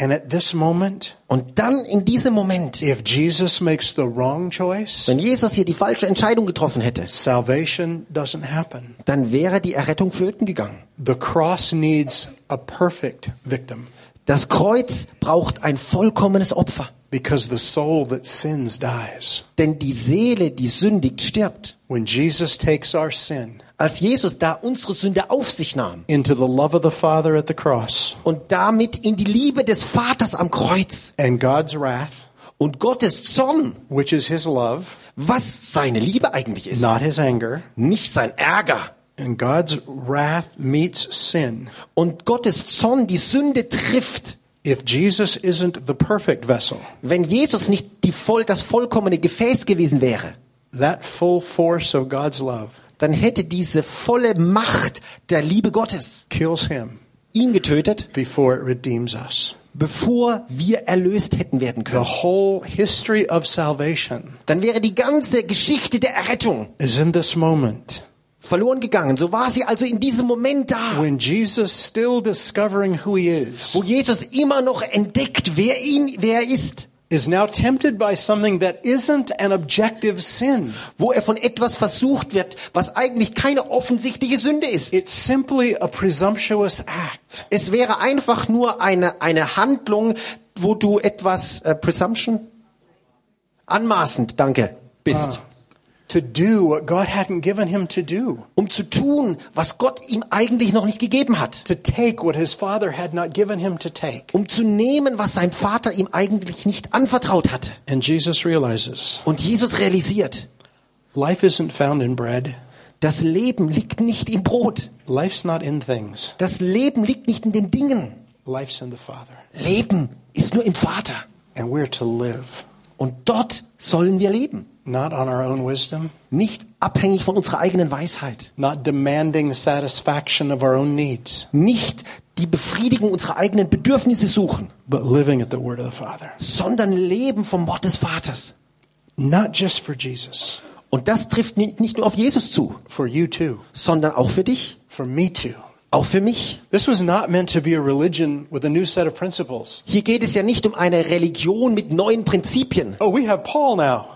S1: And at this moment,
S2: Und dann in diesem Moment,
S1: if Jesus makes the wrong choice,
S2: wenn Jesus hier die falsche Entscheidung getroffen hätte,
S1: salvation doesn't happen.
S2: dann wäre die Errettung flöten gegangen.
S1: The cross needs a perfect victim
S2: Das Kreuz braucht ein vollkommenes Opfer,
S1: because the soul that sins dies.
S2: denn die Seele, die sündigt, stirbt.
S1: When Jesus takes our sin
S2: Als Jesus da unsere Sünde auf sich nahm
S1: into the love of the Father at the cross
S2: und damit in die Liebe des Vaters am Kreuz
S1: and God's wrath,
S2: und Gottes Zorn
S1: which is his love,
S2: was seine Liebe eigentlich ist,
S1: not his anger,
S2: nicht sein Ärger.
S1: and God's wrath meets sin.
S2: Und Gottes Zorn die Sünde trifft.
S1: If Jesus isn't the perfect vessel,
S2: Wenn Jesus nicht die voll, das vollkommene Gefäß gewesen wäre,
S1: that full force of God's love
S2: dann hätte diese volle Macht der Liebe Gottes
S1: kills him
S2: ihn getötet,
S1: before it redeems us.
S2: bevor wir erlöst hätten werden
S1: The
S2: können.
S1: whole history of salvation
S2: Dann wäre die ganze Geschichte der Errettung
S1: is in this moment.
S2: verloren gegangen. So war sie also in diesem Moment da,
S1: when Jesus still discovering who he is
S2: wo Jesus immer noch entdeckt, wer ihn, wer er ist,
S1: is now tempted by something that isn't an objective sin.
S2: wo er von etwas versucht wird, was eigentlich keine offensichtliche Sünde ist.
S1: It's simply a presumptuous act.
S2: Es wäre einfach nur eine, eine Handlung, wo du etwas äh, presumption anmaßend, danke, bist,
S1: To do what God hadn't given him to do,
S2: um zu tun, was Gott ihm eigentlich noch nicht gegeben hat,
S1: to take what his father had not given him to take.
S2: um zu nehmen, was sein Vater ihm eigentlich nicht anvertraut hatte.
S1: And Jesus realizes
S2: Und Jesus realisiert,
S1: life isn't found in bread,
S2: das Leben liegt nicht im Brot,
S1: life's not in things,
S2: das Leben liegt nicht in den Dingen.
S1: life's in the Father.
S2: Leben ist nur im Vater.
S1: And we're to live
S2: Und dort sollen wir leben,
S1: not on our own wisdom,
S2: nicht abhängig von unserer eigenen Weisheit.
S1: not demanding satisfaction of our own needs,
S2: nicht die Befriedigung unserer eigenen Bedürfnisse suchen,
S1: but living at the word of the Father.
S2: sondern leben vom Wort des Vaters.
S1: not just for Jesus,
S2: Und das trifft ni- nicht nur auf Jesus zu,
S1: for you too,
S2: sondern auch für dich,
S1: for me too.
S2: auch für mich.
S1: This was not meant to be a religion with a new set of principles.
S2: Hier geht es ja nicht um eine Religion mit neuen Prinzipien.
S1: Oh, we have Paul now.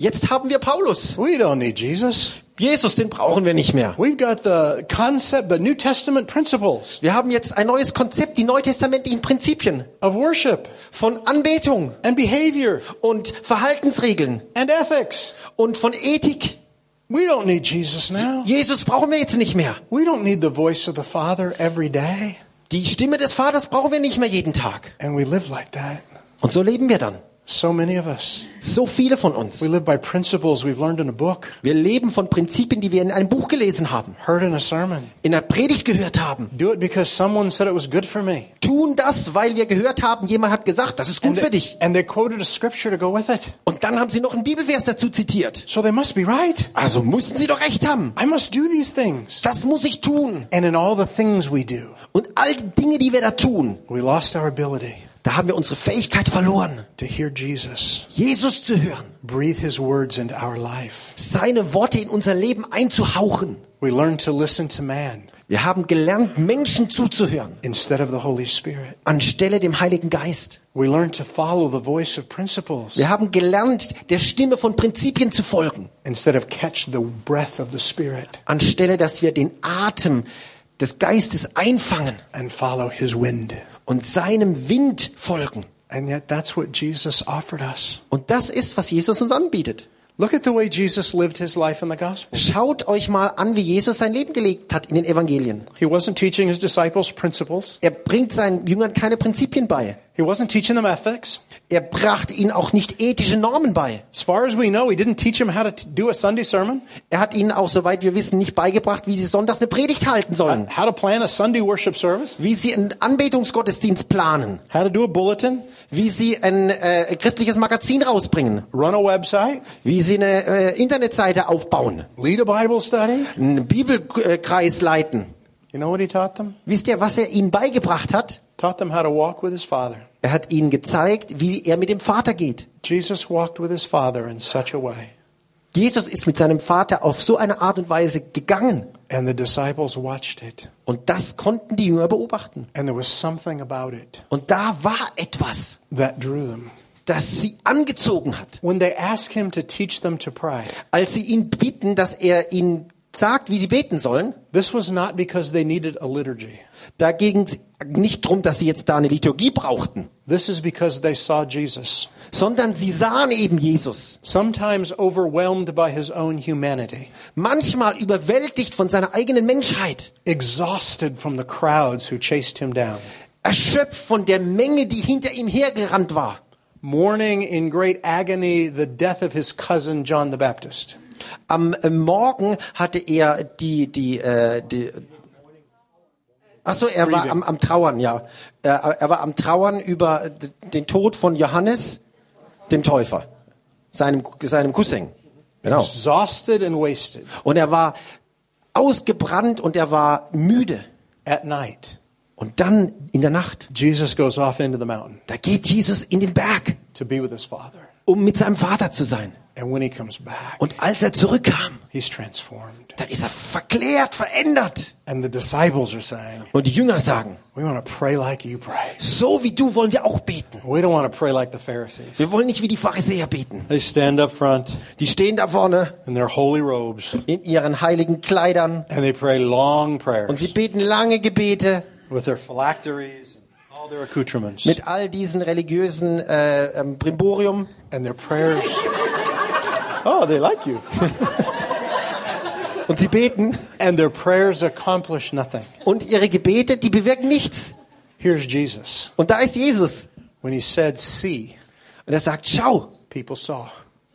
S2: Jetzt haben wir Paulus.
S1: We don't need Jesus.
S2: Jesus, den brauchen wir nicht mehr.
S1: We've got the concept, the New Testament principles
S2: Wir haben jetzt ein neues Konzept, die neutestamentlichen Prinzipien
S1: of worship
S2: von Anbetung
S1: and behavior
S2: und Verhaltensregeln
S1: and ethics.
S2: und von Ethik.
S1: We don't need Jesus now.
S2: Jesus brauchen wir jetzt nicht mehr.
S1: We don't need the voice of the Father every day.
S2: Die Stimme des Vaters brauchen wir nicht mehr jeden Tag.
S1: And we live like that.
S2: Und so leben wir dann.
S1: So many of us.
S2: So viele von uns.
S1: We live by principles we've learned in a book,
S2: Wir leben von Prinzipien, die wir in einem Buch gelesen haben,
S1: heard in a sermon.
S2: in einer Predigt gehört haben.
S1: Do it because someone said it was good for me.
S2: Tun das, weil wir gehört haben, jemand hat gesagt, das ist
S1: And
S2: gut für
S1: they,
S2: dich.
S1: and they quoted a scripture to go with it.
S2: Und dann haben sie noch einen Bibelvers dazu zitiert.
S1: So they must be right.
S2: Also mussten sie doch recht haben.
S1: I must do these things.
S2: Das muss ich tun.
S1: And in all the things we do,
S2: Und all die Dinge, die wir da tun,
S1: we lost our ability
S2: da haben wir unsere Fähigkeit verloren,
S1: to hear Jesus
S2: Jesus zu hören,
S1: breathe his words into our life.
S2: seine Worte in unser Leben einzuhauchen.
S1: We learned to listen to man
S2: Wir haben gelernt, Menschen zuzuhören,
S1: instead of the Holy Spirit.
S2: anstelle dem Heiligen Geist.
S1: We learned to follow the voice of principles
S2: Wir haben gelernt, der Stimme von Prinzipien zu folgen,
S1: instead of catch the breath of the Spirit
S2: anstelle dass wir den Atem des Geistes einfangen
S1: and follow his wind.
S2: und seinem Wind folgen.
S1: And yet that's what Jesus offered us.
S2: Und das ist, was Jesus uns anbietet.
S1: Look at the way Jesus lived his life in the gospel.
S2: Schaut euch mal an, wie Jesus sein Leben gelegt hat in den Evangelien.
S1: He wasn't teaching his disciples principles.
S2: Er bringt seinen Jüngern keine Prinzipien bei.
S1: He wasn't teaching them ethics.
S2: Er brachte ihnen auch nicht ethische Normen bei.
S1: As far as we know, he didn't teach them how to t- do a Sunday sermon,
S2: Er hat ihnen auch, soweit wir wissen, nicht beigebracht, wie sie sonntags eine Predigt halten sollen,
S1: how to plan a Sunday worship service,
S2: wie sie einen Anbetungsgottesdienst planen,
S1: how to do a bulletin,
S2: wie sie ein äh, christliches Magazin rausbringen,
S1: run a website,
S2: wie sie eine äh, Internetseite aufbauen,
S1: lead a Bible study.
S2: einen Bibelkreis leiten.
S1: You know what he taught them?
S2: Wisst ihr, was er ihnen beigebracht hat?
S1: Taught them how to walk with his Father.
S2: Er hat ihnen gezeigt, wie er mit dem Vater geht.
S1: Jesus walked with his Father in such a way,
S2: Jesus ist mit seinem Vater auf so eine Art und Weise gegangen.
S1: and the disciples watched it,
S2: Und das konnten die Jünger beobachten.
S1: and there was something about it
S2: Und da war etwas,
S1: that drew them.
S2: das sie angezogen hat.
S1: When they asked him to teach them to pray,
S2: als sie ihn bitten, dass er ihnen sagt, wie sie beten sollen,
S1: this was not because they needed a liturgy.
S2: da ging es nicht darum, dass sie jetzt da eine Liturgie brauchten,
S1: This is because they saw Jesus,
S2: sondern sie sahen eben Jesus,
S1: sometimes overwhelmed by his own humanity,
S2: manchmal überwältigt von seiner eigenen Menschheit,
S1: exhausted from the crowds who chased him down,
S2: erschöpft von der Menge, die hinter ihm hergerannt war,
S1: mourning in great agony the death of his cousin John the Baptist.
S2: Am äh, Morgen hatte er die die äh, die Ach so, er war am, am Trauern, ja. Äh, Er war am Trauern über d- den Tod von Johannes, dem Täufer, seinem seinem Cousin. Genau.
S1: Exhausted and wasted
S2: Und er war ausgebrannt und er war müde.
S1: at night.
S2: Und dann in der Nacht,
S1: Jesus goes off into the mountain
S2: da geht Jesus in den Berg,
S1: to be with his father.
S2: um mit seinem Vater zu sein.
S1: And when he comes back,
S2: Und als er zurückkam,
S1: he's transformed.
S2: da ist er verklärt, verändert.
S1: And the disciples are saying,
S2: Und die Jünger sagen,
S1: We want to pray like you pray.
S2: So wie du wollen wir auch beten.
S1: We don't want to pray like the Pharisees.
S2: Wir wollen nicht wie die Pharisäer beten.
S1: They stand up front
S2: Die stehen da vorne
S1: in their holy robes
S2: in ihren heiligen Kleidern
S1: and they pray long
S2: und sie
S1: prayers
S2: beten lange Gebete
S1: with their phylacteries and all their accoutrements.
S2: mit all diesen religiösen äh, ähm, Brimborium.
S1: And their prayers. Oh, they like you.
S2: Und sie beten
S1: And their prayers accomplish nothing.
S2: und ihre Gebete, die bewirken nichts.
S1: Here's Jesus.
S2: Und da ist Jesus
S1: When he said, See,
S2: und er sagt, schau.
S1: people saw.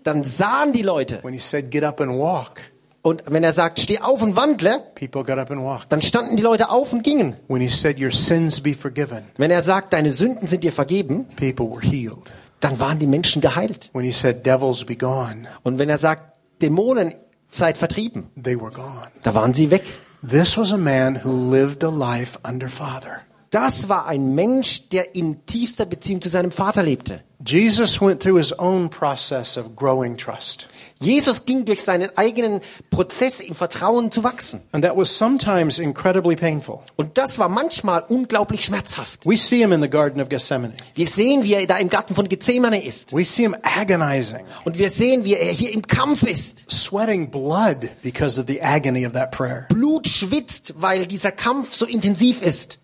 S2: Dann sahen die Leute.
S1: When he said, Get up and walk,
S2: Und wenn er sagt, steh auf und wandle,
S1: people got up and walked.
S2: dann standen die Leute auf und gingen.
S1: When he said, Your sins be forgiven,
S2: Wenn er sagt, deine Sünden sind dir vergeben,
S1: people were healed.
S2: dann waren die Menschen geheilt.
S1: When he said, Devils be gone,
S2: Und wenn er sagt, Dämonen seid vertrieben,
S1: they were gone.
S2: da waren sie weg.
S1: This was a man who lived a life under Father.
S2: Das war ein Mensch, der in tiefster Beziehung zu seinem Vater lebte.
S1: Jesus went through his own process of growing trust.
S2: Jesus ging durch seinen eigenen Prozess im Vertrauen zu wachsen.
S1: And that was sometimes incredibly painful.
S2: Und das war manchmal unglaublich schmerzhaft.
S1: We see him in the Garden of Gethsemane.
S2: Wir sehen, wie er da im Garten von Gethsemane ist.
S1: We see him agonizing,
S2: Und wir sehen, wie er hier im Kampf ist.
S1: sweating blood because of the agony of that prayer.
S2: Blut schwitzt, weil dieser Kampf so intensiv ist.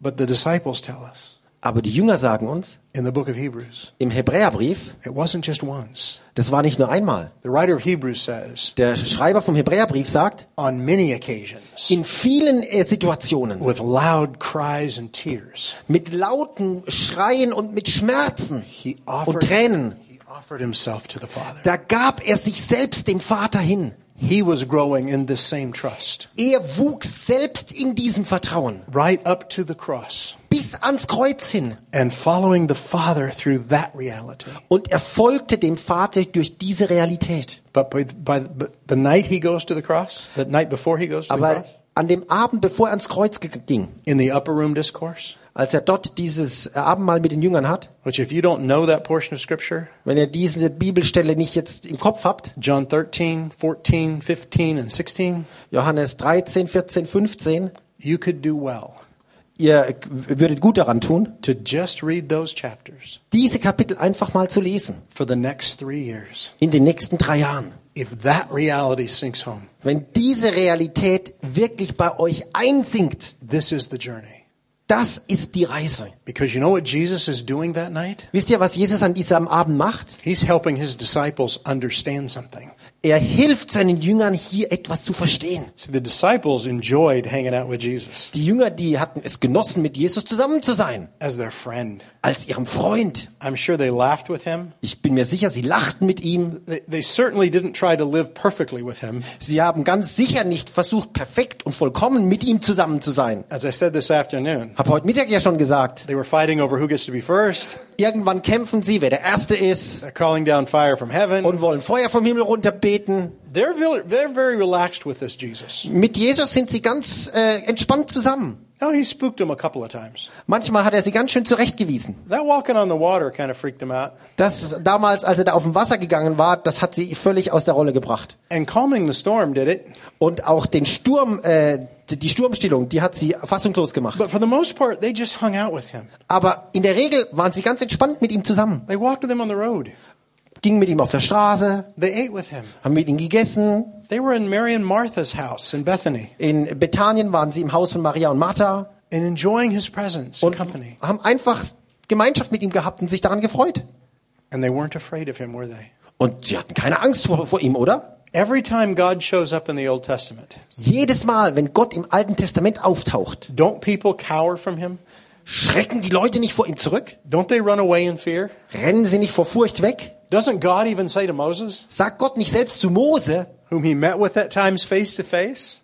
S1: But the disciples tell us
S2: Aber die Jünger sagen uns
S1: in the book of Hebrews.
S2: im Hebräerbrief,
S1: It wasn't just once.
S2: das war nicht nur einmal.
S1: The writer of Hebrews says,
S2: Der Schreiber vom Hebräerbrief sagt,
S1: on many occasions,
S2: in vielen äh, Situationen,
S1: with loud cries and tears,
S2: mit lauten Schreien und mit Schmerzen
S1: he
S2: und
S1: offered,
S2: Tränen,
S1: he offered himself to the Father.
S2: da gab er sich selbst dem Vater hin.
S1: He was growing in this same trust
S2: Er wuchs selbst in diesem Vertrauen
S1: right up to the cross
S2: bis ans Kreuz hin
S1: and following the Father through that reality.
S2: und er folgte dem Vater durch diese Realität.
S1: But by, by but the night he goes to the cross, the night before he goes to the
S2: Aber
S1: cross,
S2: an dem Abend, bevor er ans Kreuz ge- ging,
S1: in the upper room discourse,
S2: als er dort dieses äh, Abendmahl mit den Jüngern hat,
S1: which if you don't know that portion of scripture,
S2: wenn ihr diese Bibelstelle nicht jetzt im Kopf habt,
S1: John 13, 14, 15 and 16,
S2: Johannes 13, 14, 15,
S1: you could do well
S2: ihr k- würdet gut daran tun,
S1: to just read those chapters
S2: diese Kapitel einfach mal zu lesen
S1: for the next 3 years.
S2: in den nächsten drei Jahren.
S1: If that reality sinks home,
S2: Wenn diese Realität wirklich bei euch einsinkt,
S1: this is the journey.
S2: das ist die Reise.
S1: Because you know what Jesus is doing that night?
S2: Wisst ihr, was Jesus an diesem Abend macht?
S1: He's helping his disciples understand something.
S2: Er hilft seinen Jüngern hier etwas zu verstehen.
S1: See, the disciples enjoyed hanging out with Jesus
S2: Die Jünger, die hatten es genossen, mit Jesus zusammen zu sein,
S1: as their friend.
S2: als ihrem Freund.
S1: I'm sure they laughed with him.
S2: Ich bin mir sicher, sie lachten mit ihm.
S1: They, they certainly didn't try to live perfectly with him.
S2: Sie haben ganz sicher nicht versucht, perfekt und vollkommen mit ihm zusammen zu sein.
S1: As I said this afternoon,
S2: Hab heute Mittag ja schon gesagt.
S1: they were fighting over who gets to be first.
S2: Irgendwann kämpfen sie, wer der Erste ist,
S1: They're calling down fire from heaven.
S2: und wollen Feuer vom Himmel runterbeten.
S1: They're, vil- they're very relaxed with this Jesus.
S2: Mit Jesus sind sie ganz äh, entspannt zusammen.
S1: No, he spooked them a couple of times.
S2: Manchmal hat er sie ganz schön zurechtgewiesen.
S1: That walking on the water kind of freaked them out.
S2: Das damals, als er da auf dem Wasser gegangen war, das hat sie völlig aus der Rolle gebracht.
S1: And calming the storm did it.
S2: Und auch den Sturm, äh, die- die Sturmstillung, die hat sie fassungslos gemacht.
S1: But for the most part, they just hung out with him.
S2: Aber in der Regel waren sie ganz entspannt mit ihm zusammen.
S1: They walked with him on the road.
S2: Gingen mit ihm auf der Straße,
S1: They ate with him.
S2: haben mit ihm gegessen.
S1: They were in Mary and Martha's house in Bethany
S2: In Bethanien waren sie im Haus von Maria und Martha
S1: and enjoying his presence and
S2: und
S1: company.
S2: haben einfach Gemeinschaft mit ihm gehabt und sich daran gefreut.
S1: And they weren't afraid of him, were they?
S2: Und sie hatten keine Angst vor, vor ihm, oder?
S1: Every time God shows up in the Old Testament,
S2: Jedes Mal, wenn Gott im Alten Testament auftaucht,
S1: don't people cower from him?
S2: schrecken die Leute nicht vor ihm zurück?
S1: Don't they run away in fear?
S2: Rennen sie nicht vor Furcht weg?
S1: Doesn't God even say to Moses,
S2: Sagt Gott nicht selbst zu Mose,
S1: whom he met with at times face to face,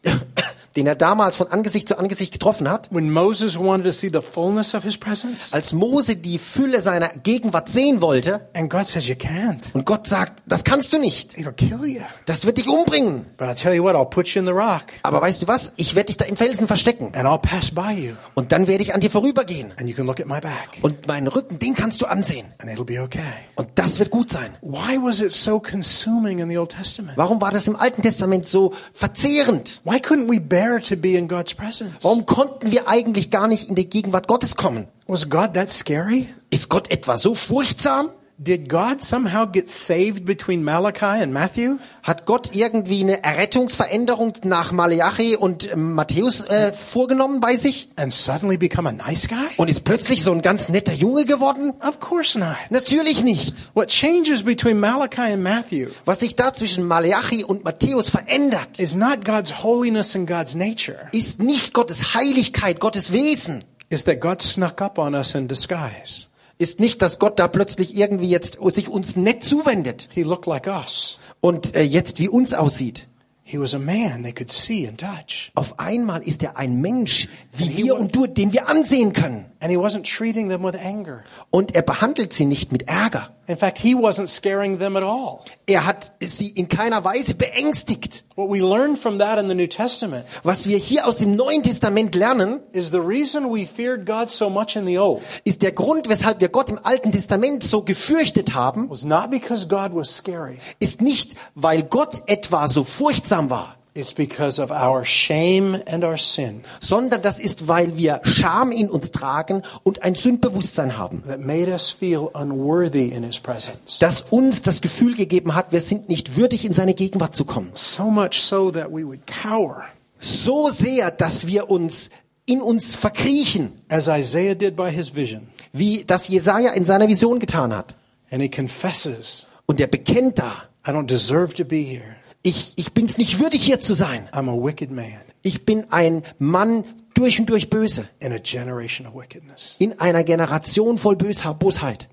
S2: den er damals von Angesicht zu Angesicht getroffen hat,
S1: when Moses wanted to see the fullness of his presence?
S2: als Mose die Fülle seiner Gegenwart sehen wollte,
S1: And God says, You can't.
S2: und Gott sagt, das kannst du nicht,
S1: It'll kill you.
S2: das wird dich umbringen.
S1: But I'll tell you what, I'll put you in the rock
S2: Aber weißt du was, ich werde dich da im Felsen verstecken
S1: and I'll pass by you
S2: und dann werde ich an dir vorübergehen.
S1: and you can look at my back
S2: Und meinen Rücken, den kannst du ansehen.
S1: and it'll be okay.
S2: Und das wird gut sein.
S1: Why was it so consuming in the Old Testament?
S2: Warum war das im Alten Testament so verzehrend?
S1: Why couldn't we bear to be in God's presence?
S2: Warum konnten wir eigentlich gar nicht in die Gegenwart Gottes kommen?
S1: Was God that scary?
S2: Ist Gott etwa so furchtsam?
S1: Did God somehow get saved between Malachi and Matthew?
S2: Hat Gott irgendwie eine Errettungsveränderung nach Malachi und ähm, Matthäus äh, vorgenommen bei sich
S1: And suddenly become a nice guy?
S2: und ist plötzlich so ein ganz netter Junge geworden?
S1: Of course not.
S2: Natürlich nicht.
S1: What changes between Malachi and Matthew
S2: Was sich da zwischen Malachi und Matthäus verändert,
S1: is not God's holiness and God's nature.
S2: ist nicht Gottes Heiligkeit, Gottes Wesen.
S1: It's that God snuck up on us in disguise.
S2: Ist nicht, dass Gott da plötzlich irgendwie jetzt sich uns nett zuwendet
S1: He looked like us.
S2: und äh, jetzt wie uns aussieht.
S1: He was a man they could see and touch.
S2: Auf einmal ist er ein Mensch, wie wir und du, den wir ansehen können.
S1: And he wasn't treating them with anger.
S2: Und er behandelt sie nicht mit Ärger.
S1: In fact, he wasn't scaring them at all.
S2: Er hat sie in keiner Weise beängstigt.
S1: What we learn from that in the New Testament
S2: Was wir hier aus dem Neuen Testament lernen,
S1: is the reason we feared God so much in the Old
S2: ist der Grund, weshalb wir Gott im Alten Testament so gefürchtet haben,
S1: was not because God was scary.
S2: ist nicht, weil Gott etwa so furchtsam war,
S1: It's because of our shame and our sin
S2: sondern das ist, weil wir Scham in uns tragen und ein Sündbewusstsein haben,
S1: that made us feel unworthy in his presence.
S2: das uns das Gefühl gegeben hat, wir sind nicht würdig, in seine Gegenwart zu kommen.
S1: So much so that we would cower,
S2: So sehr, dass wir uns in uns verkriechen,
S1: as Isaiah did by his vision,
S2: wie das Jesaja in seiner Vision getan hat.
S1: and he confesses,
S2: Und er bekennt da,
S1: I don't deserve to be here.
S2: ich, ich bin's nicht würdig hier zu sein.
S1: I'm a wicked man
S2: Ich bin ein Mann durch und durch böse,
S1: in a generation of wickedness.
S2: in einer Generation voll Bösha- Bosheit.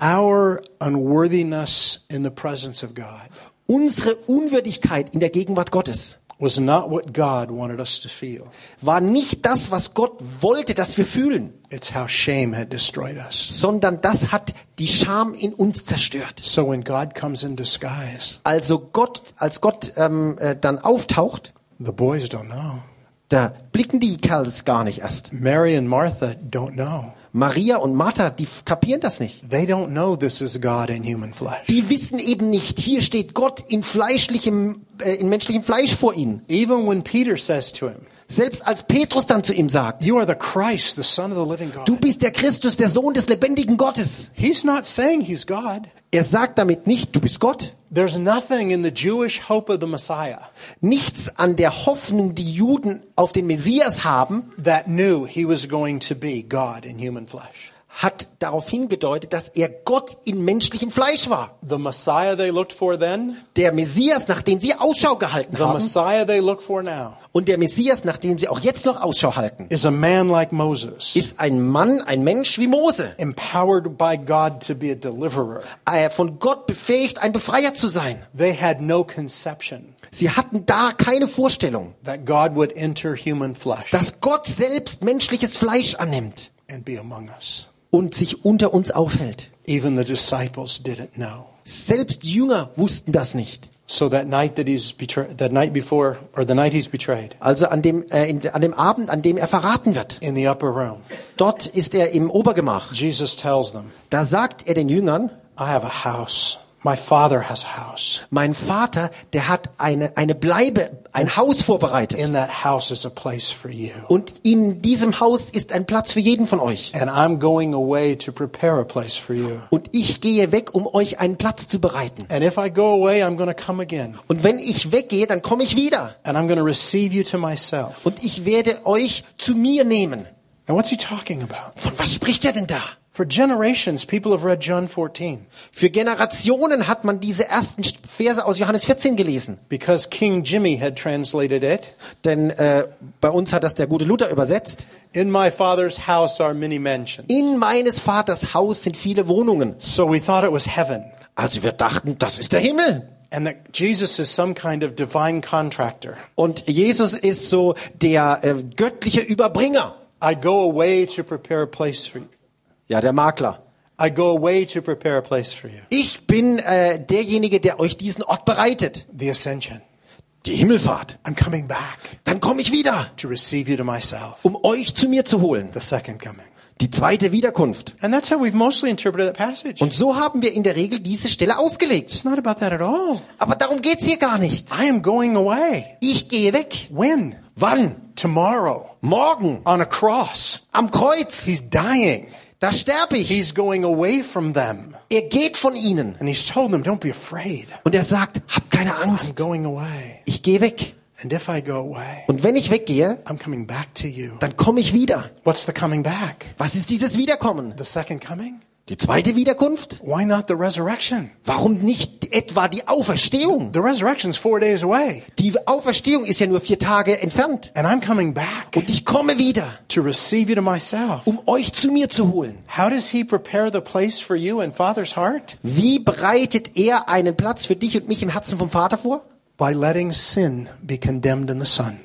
S1: Our unworthiness in the presence of God
S2: Unsere Unwürdigkeit in der Gegenwart Gottes
S1: was not what God wanted us to feel.
S2: war nicht das, was Gott wollte, dass wir fühlen,
S1: It's how shame had destroyed us.
S2: sondern das hat die Scham in uns zerstört.
S1: So when God comes in disguise,
S2: Also Gott, als Gott ähm, äh, dann auftaucht,
S1: the boys don't know.
S2: da blicken die Kerls gar nicht erst.
S1: Mary and Martha don't know.
S2: Maria und Martha, die f- kapieren das nicht.
S1: They don't know this is God in human flesh.
S2: Die wissen eben nicht, hier steht Gott in fleischlichem, äh, in menschlichem Fleisch vor ihnen.
S1: Even when Peter says to him,
S2: Selbst als Petrus dann zu ihm sagt,
S1: You are the Christ, the Son of the living God.
S2: du bist der Christus, der Sohn des lebendigen Gottes.
S1: He's not saying he's God.
S2: Er sagt damit nicht, du bist Gott.
S1: There's nothing in the Jewish hope of the Messiah
S2: Nichts an der Hoffnung, die Juden auf den Messias haben,
S1: that knew he was going to be God in human flesh.
S2: hat darauf hingedeutet, dass er Gott in menschlichem Fleisch war.
S1: The Messiah they looked for then,
S2: Der Messias, nach dem sie Ausschau gehalten
S1: the
S2: haben
S1: Messiah they look for now,
S2: und der Messias, nach dem sie auch jetzt noch Ausschau halten,
S1: is a man like Moses,
S2: ist ein Mann, ein Mensch wie Mose.
S1: empowered by God to be a deliverer.
S2: äh, von Gott befähigt, ein Befreier zu sein.
S1: They had no conception
S2: Sie hatten da keine Vorstellung,
S1: that God would enter human flesh
S2: dass Gott selbst menschliches Fleisch annimmt
S1: and be among us.
S2: und sich unter uns aufhält.
S1: Even the disciples didn't know.
S2: Selbst die Jünger wussten das nicht.
S1: So that night that he's betrayed, that night before, or the night he's betrayed,
S2: Also an dem, äh, in, an dem Abend, an dem er verraten wird.
S1: in the upper room,
S2: Dort ist er im Obergemach.
S1: Jesus tells them,
S2: Da sagt er den Jüngern,
S1: I have a house. My father has a house.
S2: mein Vater, der hat eine, eine Bleibe, ein Haus vorbereitet.
S1: In that house is a place for you.
S2: Und in diesem Haus ist ein Platz für jeden von euch.
S1: And I'm going away to prepare a place for you.
S2: Und ich gehe weg, um euch einen Platz zu bereiten.
S1: And if I go away, I'm going to come again.
S2: Und wenn ich weggehe, dann komme ich wieder.
S1: And I'm going to receive you to myself.
S2: Und ich werde euch zu mir nehmen.
S1: Now, what's he talking about?
S2: Von was spricht er denn da?
S1: For generations, people have read John 14
S2: Für Generationen hat man diese ersten Verse aus Johannes 14 gelesen.
S1: because King Jimmy had translated it.
S2: Denn äh, bei uns hat das der gute Luther übersetzt.
S1: In my father's house are many mansions.
S2: In meines Vaters Haus sind viele Wohnungen.
S1: So we thought it was heaven
S2: Also wir dachten, das ist der Himmel.
S1: and that Jesus is some kind of divine contractor.
S2: Und Jesus ist so der äh, göttliche Überbringer.
S1: I go away to prepare a place for you.
S2: Ja, der Makler.
S1: I go away to prepare a place for you.
S2: Ich bin äh, derjenige, der euch diesen Ort bereitet.
S1: The ascension.
S2: Die Himmelfahrt.
S1: I'm coming back
S2: Dann komme ich wieder,
S1: to receive you to myself.
S2: um euch zu mir zu holen.
S1: The second coming.
S2: Die zweite Wiederkunft.
S1: And that's how we've mostly interpreted that passage.
S2: Und so haben wir in der Regel diese Stelle ausgelegt.
S1: It's not about that at all.
S2: Aber darum geht's hier gar nicht.
S1: I am going away.
S2: Ich gehe weg.
S1: When?
S2: Wann?
S1: Tomorrow.
S2: Morgen.
S1: On a cross.
S2: Am Kreuz.
S1: He's dying.
S2: Da sterbe ich.
S1: He's going away from them.
S2: Er geht von ihnen.
S1: And he's told them, don't be afraid.
S2: Und er sagt, hab keine
S1: I'm
S2: Angst.
S1: going away.
S2: Ich gehe weg.
S1: And if I go away,
S2: Und wenn ich weggehe,
S1: I'm coming back to you.
S2: dann komme ich wieder.
S1: What's the coming back?
S2: Was ist dieses Wiederkommen?
S1: The second coming?
S2: Die zweite Wiederkunft?
S1: Why not the resurrection?
S2: Warum nicht etwa die Auferstehung?
S1: The resurrection's four days away.
S2: Die Auferstehung ist ja nur vier Tage entfernt.
S1: And I'm coming back
S2: Und ich komme wieder,
S1: to receive you to myself.
S2: um euch zu mir zu holen.
S1: How does he prepare the place for you in Father's heart?
S2: Wie bereitet er einen Platz für dich und mich im Herzen vom Vater vor?
S1: By letting sin be condemned in the Son,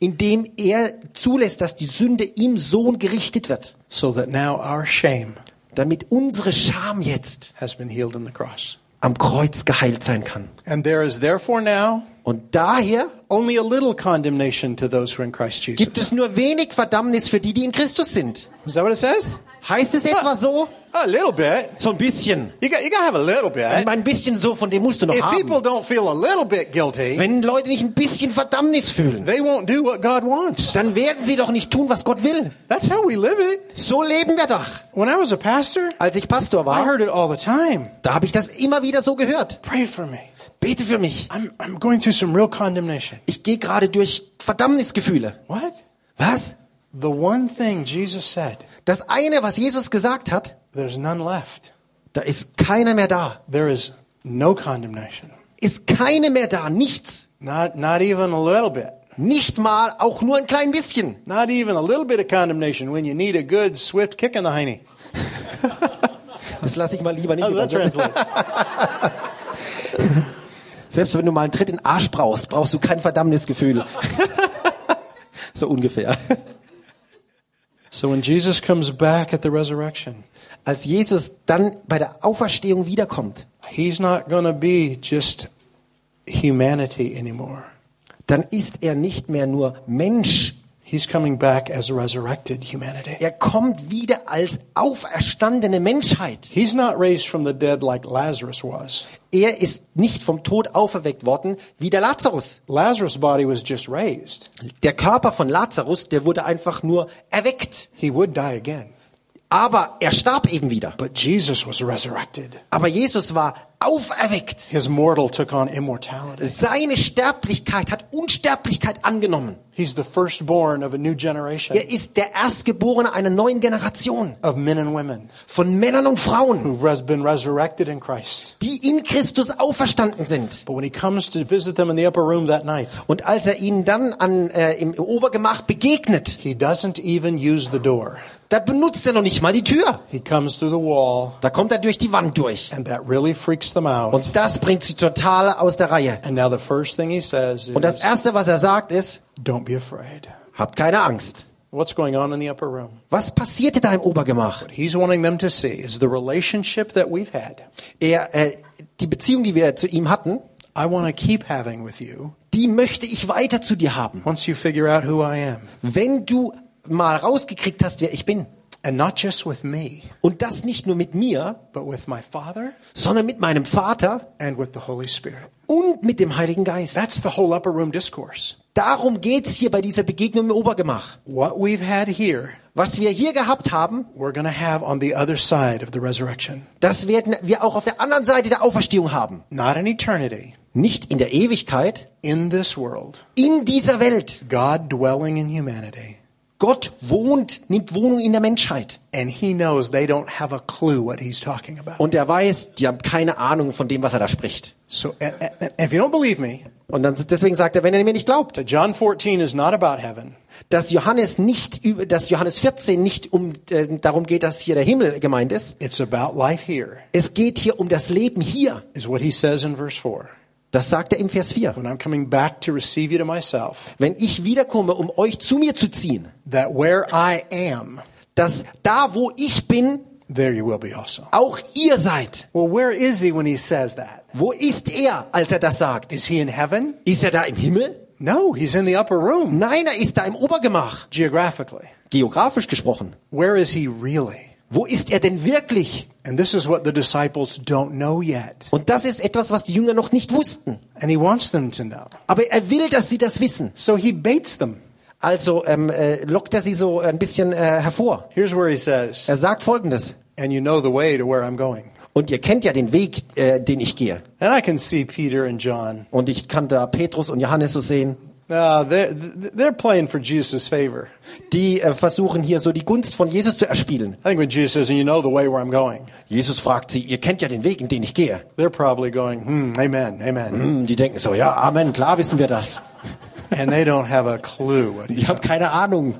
S2: indem er zulässt, dass die Sünde im Sohn gerichtet wird,
S1: so that now our shame
S2: damit unsere Scham jetzt
S1: has been healed in the cross.
S2: am Kreuz geheilt sein kann.
S1: And there is therefore now
S2: Und daher
S1: only a little condemnation to those who are in Christ Jesus.
S2: gibt es nur wenig Verdammnis für die, die in Christus sind.
S1: Is that what it says?
S2: Heißt es etwa so?
S1: A little bit.
S2: So ein bisschen.
S1: You got, you got to have a little
S2: Ich
S1: bit.
S2: meine, ein bisschen so, von dem musst du noch
S1: If people
S2: haben.
S1: don't feel a little bit guilty,
S2: Wenn Leute nicht ein bisschen Verdammnis fühlen,
S1: they won't do what God wants.
S2: dann werden sie doch nicht tun, was Gott will.
S1: That's how we live it.
S2: So leben wir doch.
S1: When I was a pastor,
S2: Als ich Pastor
S1: I
S2: war,
S1: heard it all the time.
S2: da habe ich das immer wieder so gehört.
S1: Pray for me.
S2: Bete für mich.
S1: I'm, I'm going through some real condemnation.
S2: Ich gehe gerade durch Verdammnisgefühle.
S1: What?
S2: Was?
S1: The one thing Jesus said,
S2: Das eine, was Jesus gesagt hat,
S1: there's none left.
S2: da ist keiner mehr da.
S1: There is no condemnation.
S2: Ist keine mehr da, nichts.
S1: Not, not even a little bit.
S2: Nicht mal auch nur ein klein bisschen.
S1: Not even a little bit of condemnation when you need a good, swift kick in the hiney.
S2: Das lasse ich mal lieber nicht.
S1: How does that
S2: übersetzen.
S1: translate?
S2: Selbst wenn du mal einen Tritt in den Arsch brauchst, brauchst du kein Verdammnisgefühl. so ungefähr.
S1: So when Jesus comes back at the resurrection,
S2: Als Jesus dann bei der Auferstehung wiederkommt,
S1: he's not going to be just humanity anymore.
S2: dann ist er nicht mehr nur Mensch.
S1: He's coming back as resurrected humanity.
S2: Er kommt wieder als auferstandene Menschheit.
S1: He's not raised from the dead like Lazarus was.
S2: Er ist nicht vom Tod auferweckt worden wie der Lazarus.
S1: Lazarus' body was just raised.
S2: Der Körper von Lazarus, der wurde einfach nur erweckt.
S1: He would die again.
S2: Aber er starb eben wieder.
S1: But Jesus was resurrected.
S2: Aber Jesus war auferweckt.
S1: His mortal took on immortality.
S2: Seine Sterblichkeit hat Unsterblichkeit angenommen.
S1: He's the firstborn of a new generation
S2: Er ist der Erstgeborene einer neuen Generation
S1: of men and women
S2: von Männern und Frauen,
S1: who've res- been resurrected in Christ.
S2: die in Christus auferstanden sind.
S1: But when he comes to visit them in the upper room that night,
S2: Und als er ihnen dann an, äh, im Obergemach begegnet,
S1: he doesn't even use the door.
S2: da benutzt er noch nicht mal die Tür.
S1: He comes through the wall,
S2: Da kommt er durch die Wand durch.
S1: and that really freaks them out.
S2: Und das bringt sie total aus der Reihe.
S1: And now the first thing he says
S2: Und das
S1: is,
S2: Erste, was er sagt, ist,
S1: Don't be afraid.
S2: habt keine Angst.
S1: What's going on in the upper room?
S2: Was passierte da im Obergemach?
S1: He's wanting them to see is the relationship that we've had.
S2: Er, äh, die Beziehung, die wir zu ihm hatten,
S1: I want to keep having with you
S2: die möchte ich weiter zu dir haben.
S1: once you figure out who I am.
S2: Wenn du mal rausgekriegt hast, wer ich bin,
S1: And not just with me,
S2: und das nicht nur mit mir,
S1: but with my Father
S2: sondern mit meinem Vater
S1: and with the Holy Spirit.
S2: und mit dem Heiligen Geist.
S1: That's the whole upper room discourse.
S2: Darum geht's hier bei dieser Begegnung im Obergemach.
S1: What we've had here,
S2: Was wir hier gehabt haben,
S1: we're going to have on the other side of the resurrection.
S2: das werden wir auch auf der anderen Seite der Auferstehung haben.
S1: Not in eternity,
S2: Nicht in der Ewigkeit,
S1: in this world,
S2: in dieser Welt.
S1: God dwelling in humanity.
S2: Gott wohnt, nimmt Wohnung in der Menschheit.
S1: And He knows they don't have a clue what He's talking about.
S2: Und er weiß, die haben keine Ahnung von dem, was er da spricht.
S1: So a- a- a- if you don't believe me,
S2: Und dann, deswegen sagt er, wenn ihr mir nicht glaubt,
S1: that John 14 is not about heaven,
S2: dass Johannes nicht über, dass Johannes 14 nicht um äh, darum geht, dass hier der Himmel gemeint ist.
S1: it's about life here,
S2: Es geht hier um das Leben hier.
S1: is what He says in verse 4.
S2: Das sagt er im Vers 4.
S1: When I'm coming back to receive you to myself,
S2: Wenn ich wiederkomme, um euch zu mir zu ziehen,
S1: that where I am,
S2: dass da, wo ich bin,
S1: there you will be also.
S2: auch ihr seid.
S1: Well, where is He when He says that?
S2: Wo ist er, als er das sagt?
S1: Is He in heaven?
S2: Ist er da im Himmel?
S1: No, He's in the upper room,
S2: Nein, er ist da im Obergemach.
S1: geographically.
S2: Geografisch gesprochen.
S1: Where is He really?
S2: Wo ist er denn wirklich?
S1: And this is what the disciples don't know yet.
S2: Und das ist etwas, was die Jünger noch nicht wussten.
S1: And He wants them to know.
S2: Aber er will, dass sie das wissen.
S1: So He baits them.
S2: Also ähm, äh, lockt er sie so ein bisschen äh, hervor.
S1: Here's where He says,
S2: Er sagt folgendes.
S1: And you know the way to where I'm going.
S2: Und ihr kennt ja den Weg, äh, den ich gehe.
S1: And I can see Peter and John.
S2: Und ich kann da Petrus und Johannes so sehen.
S1: No, they're, they're playing for Jesus' favor.
S2: Die äh, versuchen hier so die Gunst von Jesus zu erspielen.
S1: I think when Jesus says, and you know the way where I'm going,
S2: Jesus fragt sie, ihr kennt ja den Weg, in den ich gehe.
S1: they're probably going, hmm, amen, amen.
S2: Hm, die denken so, ja, Amen, klar wissen wir das.
S1: and they don't have a clue what he
S2: Die haben keine Ahnung.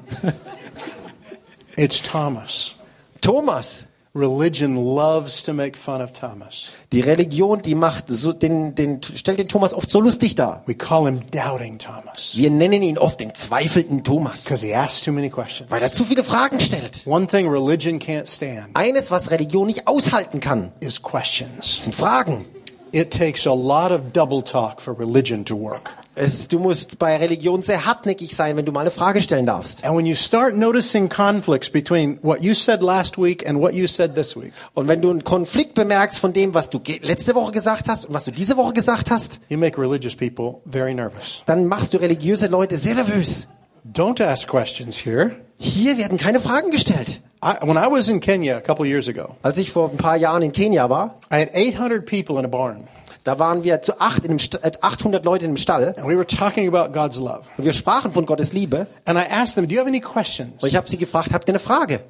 S1: It's Thomas.
S2: Thomas,
S1: Religion loves to make fun of Thomas.
S2: die Religion, die macht so, den, den, stellt den Thomas oft so lustig dar.
S1: We call him Doubting Thomas
S2: Wir nennen ihn oft den zweifelnden Thomas,
S1: because he asks too many questions.
S2: weil er zu viele Fragen stellt.
S1: One thing religion can't stand
S2: Eines, was Religion nicht aushalten kann,
S1: is questions.
S2: sind Fragen.
S1: It takes a lot of double talk for religion to work.
S2: Es, du musst bei Religion sehr hartnäckig sein, wenn du mal eine Frage stellen darfst.
S1: And when you start noticing conflicts between what you said last week and what you said this week,
S2: Und wenn du einen Konflikt bemerkst von dem, was du ge- letzte Woche gesagt hast und was du diese Woche gesagt hast,
S1: you make religious people very nervous.
S2: dann machst du religiöse Leute sehr nervös.
S1: Don't ask questions here.
S2: Hier werden keine Fragen gestellt.
S1: I, when I was in Kenya a couple years ago,
S2: Als ich vor ein paar Jahren in Kenia war,
S1: I had 800 people in a barn.
S2: Da waren wir zu acht in dem St äh, 800 Leute in einem Stall
S1: and we were talking about God's love.
S2: und wir sprachen von Gottes Liebe.
S1: And I asked them, Do you have any
S2: Und
S1: questions?
S2: ich habe sie gefragt, habt ihr eine Frage?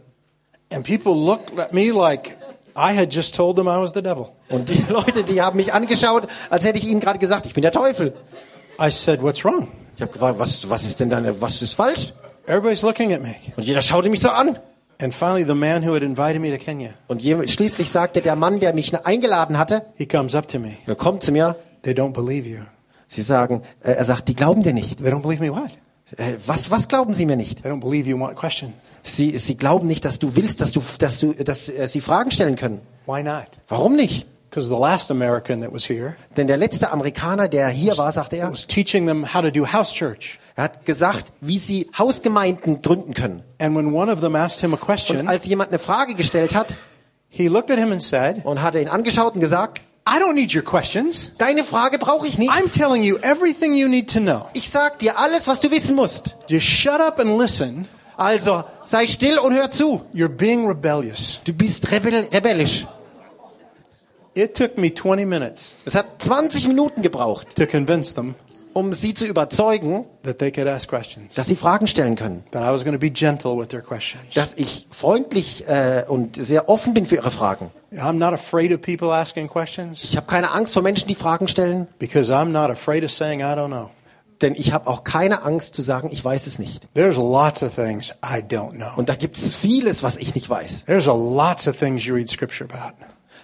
S1: And people looked at me like I had just told them I was the devil.
S2: Und die Leute, die haben mich angeschaut, als hätte ich ihnen gerade gesagt, ich bin der Teufel.
S1: I said, What's wrong?
S2: Ich habe gefragt, was, was ist denn deine, was ist falsch?
S1: Everybody's looking at me.
S2: Und jeder schaute mich so an.
S1: And finally, the man who had invited me to Kenya,
S2: Und je, schließlich sagte der Mann, der mich eingeladen hatte,
S1: he comes up to me.
S2: er kommt zu mir,
S1: They don't believe you.
S2: sie sagen, äh, er sagt, die glauben dir nicht.
S1: They don't believe me what?
S2: Äh, was, was glauben sie mir nicht?
S1: They don't believe you want questions.
S2: Sie, sie glauben nicht, dass du willst, dass du, dass du, dass äh, sie Fragen stellen können.
S1: Why not?
S2: Warum nicht?
S1: Because the last American that was here
S2: Denn der letzte Amerikaner, der hier war, sagte er,
S1: was teaching them how to do house church.
S2: er hat gesagt, wie sie Hausgemeinden gründen können.
S1: And when one of them asked him a
S2: Und
S1: question,
S2: als jemand eine Frage gestellt hat
S1: he looked at him and said,
S2: und hatte ihn angeschaut und gesagt,
S1: I don't need your questions.
S2: deine Frage brauche ich nicht.
S1: I'm telling you everything you need to know.
S2: Ich sag dir alles, was du wissen musst.
S1: Just shut up and listen.
S2: Also sei still und hör zu.
S1: You're being rebellious.
S2: Du bist rebell rebellisch.
S1: It took me 20 minutes
S2: Es hat 20 Minuten gebraucht,
S1: to convince them
S2: um sie zu überzeugen,
S1: that they could ask questions,
S2: dass sie Fragen stellen können.
S1: that I was going to be gentle with their questions.
S2: Dass ich freundlich äh, und sehr offen bin für ihre Fragen.
S1: I'm not afraid of people asking questions
S2: Ich habe keine Angst vor Menschen, die Fragen stellen,
S1: because I'm not afraid of saying I don't know.
S2: denn ich habe auch keine Angst zu sagen, ich weiß es nicht.
S1: There's lots of things I don't know.
S2: Und da gibt es vieles, was ich nicht weiß.
S1: There's a lots of things you read scripture about.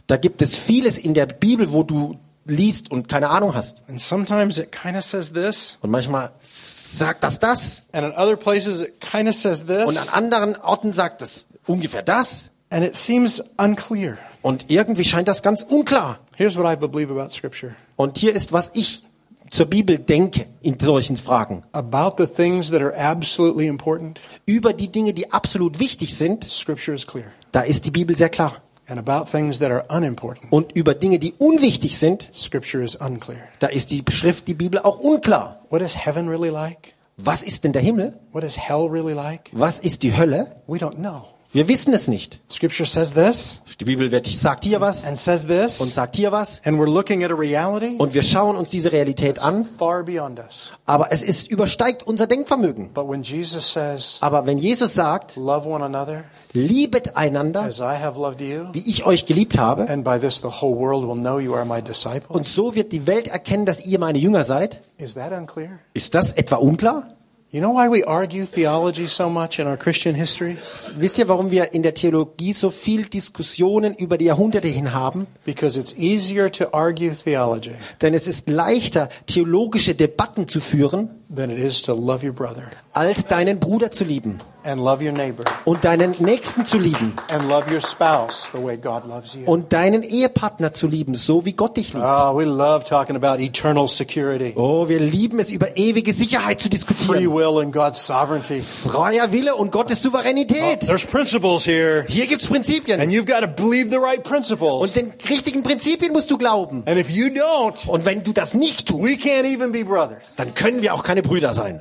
S2: Da gibt es vieles in der Bibel, wo du liest und keine Ahnung hast.
S1: And sometimes it kind of says this,
S2: Und manchmal sagt das das
S1: and in other places it kind of says
S2: und an
S1: this,
S2: anderen Orten sagt es ungefähr das.
S1: and it seems unclear.
S2: Und irgendwie scheint das ganz unklar.
S1: Here's what I believe about scripture.
S2: Und hier ist, was ich zur Bibel denke in solchen Fragen.
S1: About the things that are absolutely important,
S2: Über die Dinge, die absolut wichtig sind,
S1: scripture is clear.
S2: da ist die Bibel sehr klar.
S1: And about things that are unimportant,
S2: Und über Dinge, die unwichtig sind,
S1: scripture is unclear.
S2: da ist die Schrift, die Bibel auch unklar.
S1: What is heaven really like?
S2: Was ist denn der Himmel?
S1: What is hell really like?
S2: Was ist die Hölle?
S1: We don't know.
S2: Wir wissen es nicht.
S1: Scripture says this
S2: Die Bibel wird, sagt hier was
S1: and says
S2: und
S1: this,
S2: sagt hier was.
S1: and we're looking at a reality
S2: Und wir schauen uns diese Realität an,
S1: far beyond us.
S2: aber es ist, übersteigt unser Denkvermögen.
S1: But when Jesus says,
S2: Aber wenn Jesus sagt,
S1: Love one another
S2: liebet einander,
S1: as I have loved you,
S2: wie ich euch geliebt habe,
S1: and by this the whole world will know you are my disciple.
S2: und so wird die Welt erkennen, dass ihr meine Jünger seid,
S1: Is that unclear?
S2: Ist das etwa unklar?
S1: You know why we argue theology so much in our Christian history?
S2: Wisst ihr, warum wir in der Theologie so viel Diskussionen über die Jahrhunderte hin haben?
S1: Because it's easier to argue theology
S2: Denn es ist leichter, theologische Debatten zu führen,
S1: than it is to love your brother
S2: als deinen Bruder zu lieben
S1: and love your neighbor
S2: und deinen Nächsten zu lieben
S1: and love your spouse the way God loves you.
S2: und deinen Ehepartner zu lieben, so wie Gott dich liebt.
S1: Oh, we love talking about eternal security,
S2: Oh, wir lieben es, über ewige Sicherheit zu
S1: free
S2: diskutieren.
S1: will, and God's sovereignty.
S2: Freier Wille und Gottes Souveränität.
S1: There's principles here,
S2: Hier gibt's Prinzipien.
S1: and you've got to believe the right
S2: Und
S1: principles.
S2: den richtigen Prinzipien musst du glauben.
S1: And if you don't,
S2: Und wenn du das nicht tust,
S1: we can't even be brothers.
S2: dann können wir auch keine Brüder sein.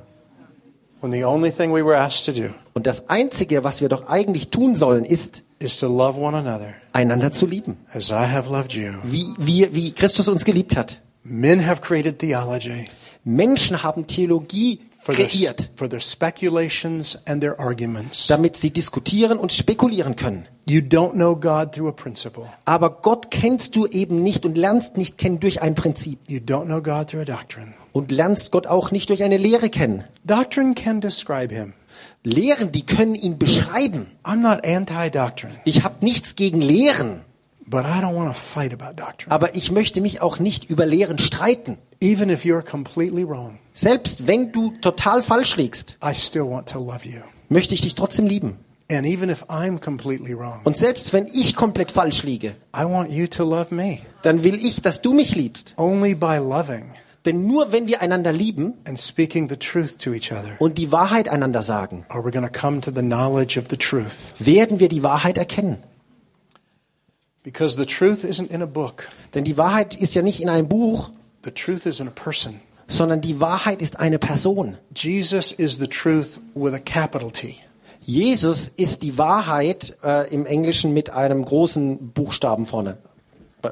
S1: When the only thing we were asked to do
S2: Und das Einzige, was wir doch eigentlich tun sollen, ist,
S1: is to love one another
S2: einander zu lieben.
S1: as I have loved you.
S2: Wie, wie, wie Christus uns geliebt hat.
S1: Men have created theology
S2: Menschen haben Theologie
S1: for their,
S2: kreiert,
S1: for their speculations and their arguments.
S2: damit sie diskutieren und spekulieren können.
S1: You don't know God through a principle.
S2: Aber Gott kennst du eben nicht und lernst nicht kennen durch ein Prinzip.
S1: You don't know God through a doctrine.
S2: Und lernst Gott auch nicht durch eine Lehre kennen.
S1: Doctrine can describe him.
S2: Lehren, die können ihn beschreiben.
S1: I'm not anti-doctrine,
S2: Ich habe nichts gegen Lehren,
S1: but I don't want to fight about doctrine.
S2: aber ich möchte mich auch nicht über Lehren streiten.
S1: Even if you're completely wrong,
S2: Selbst wenn du total falsch liegst,
S1: I still want to love you.
S2: möchte ich dich trotzdem lieben.
S1: And even if I'm completely wrong,
S2: Und selbst wenn ich komplett falsch liege,
S1: I want you to love me.
S2: dann will ich, dass du mich liebst.
S1: Only by loving
S2: Denn nur wenn wir einander lieben
S1: and speaking the truth to each other
S2: und die Wahrheit einander sagen,
S1: are we going to come to the knowledge of the truth.
S2: werden wir die Wahrheit erkennen.
S1: Because the truth isn't in a book,
S2: Denn die Wahrheit ist ja nicht in einem Buch,
S1: the truth is in a person.
S2: sondern die Wahrheit ist eine Person.
S1: Jesus is the truth with a capital T.
S2: Jesus ist die Wahrheit äh, im Englischen mit einem großen Buchstaben vorne. Bei,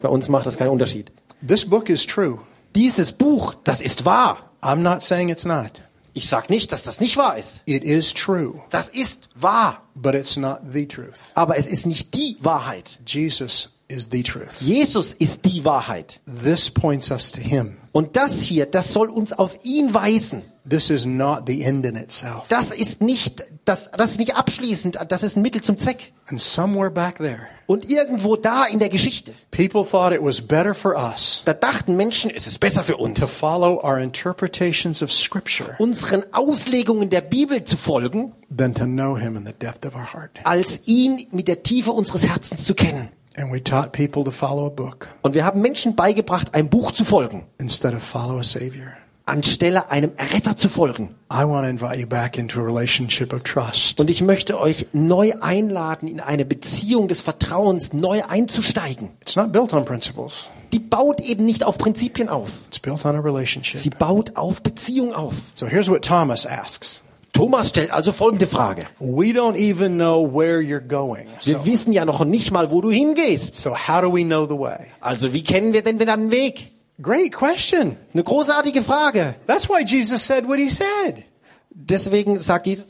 S2: bei uns macht das keinen Unterschied.
S1: This book is true.
S2: Dieses Buch, das ist wahr.
S1: I'm not saying it's not.
S2: Ich sag nicht, dass das nicht wahr ist.
S1: It is true,
S2: Das ist wahr,
S1: but it's not the truth.
S2: aber es ist nicht die Wahrheit.
S1: Jesus is the truth.
S2: Jesus ist die Wahrheit.
S1: This points us to him.
S2: Und das hier, das soll uns auf ihn weisen.
S1: This is not the end in itself.
S2: Das ist nicht, das, das ist nicht abschließend, das ist ein Mittel zum Zweck.
S1: And somewhere back there,
S2: Und irgendwo da in der Geschichte,
S1: people thought it was better for us
S2: da dachten Menschen, es ist besser für
S1: to
S2: uns,
S1: follow our interpretations of Scripture
S2: unseren Auslegungen der Bibel zu folgen,
S1: than to know him in the depth of our heart.
S2: als ihn mit der Tiefe unseres Herzens zu kennen.
S1: And we taught people to follow a book
S2: Und wir haben Menschen beigebracht, einem Buch zu folgen,
S1: instead of follow a Savior.
S2: anstelle einem Erretter zu folgen.
S1: I want to invite you back into a relationship of trust.
S2: Und ich möchte euch neu einladen, in eine Beziehung des Vertrauens neu einzusteigen.
S1: It's not built on principles.
S2: Die baut eben nicht auf Prinzipien auf.
S1: It's built on a relationship.
S2: Sie baut auf Beziehung auf.
S1: So here's what Thomas asks.
S2: Thomas stellt also folgende Frage.
S1: We don't even know where you're going.
S2: Wir
S1: So,
S2: wissen ja noch nicht mal, wo du hingehst.
S1: so how do we know the way?
S2: Also wie kennen wir denn deinen Weg?
S1: Great question.
S2: Eine großartige Frage.
S1: That's why Jesus said what he said.
S2: Deswegen sagt Jesus,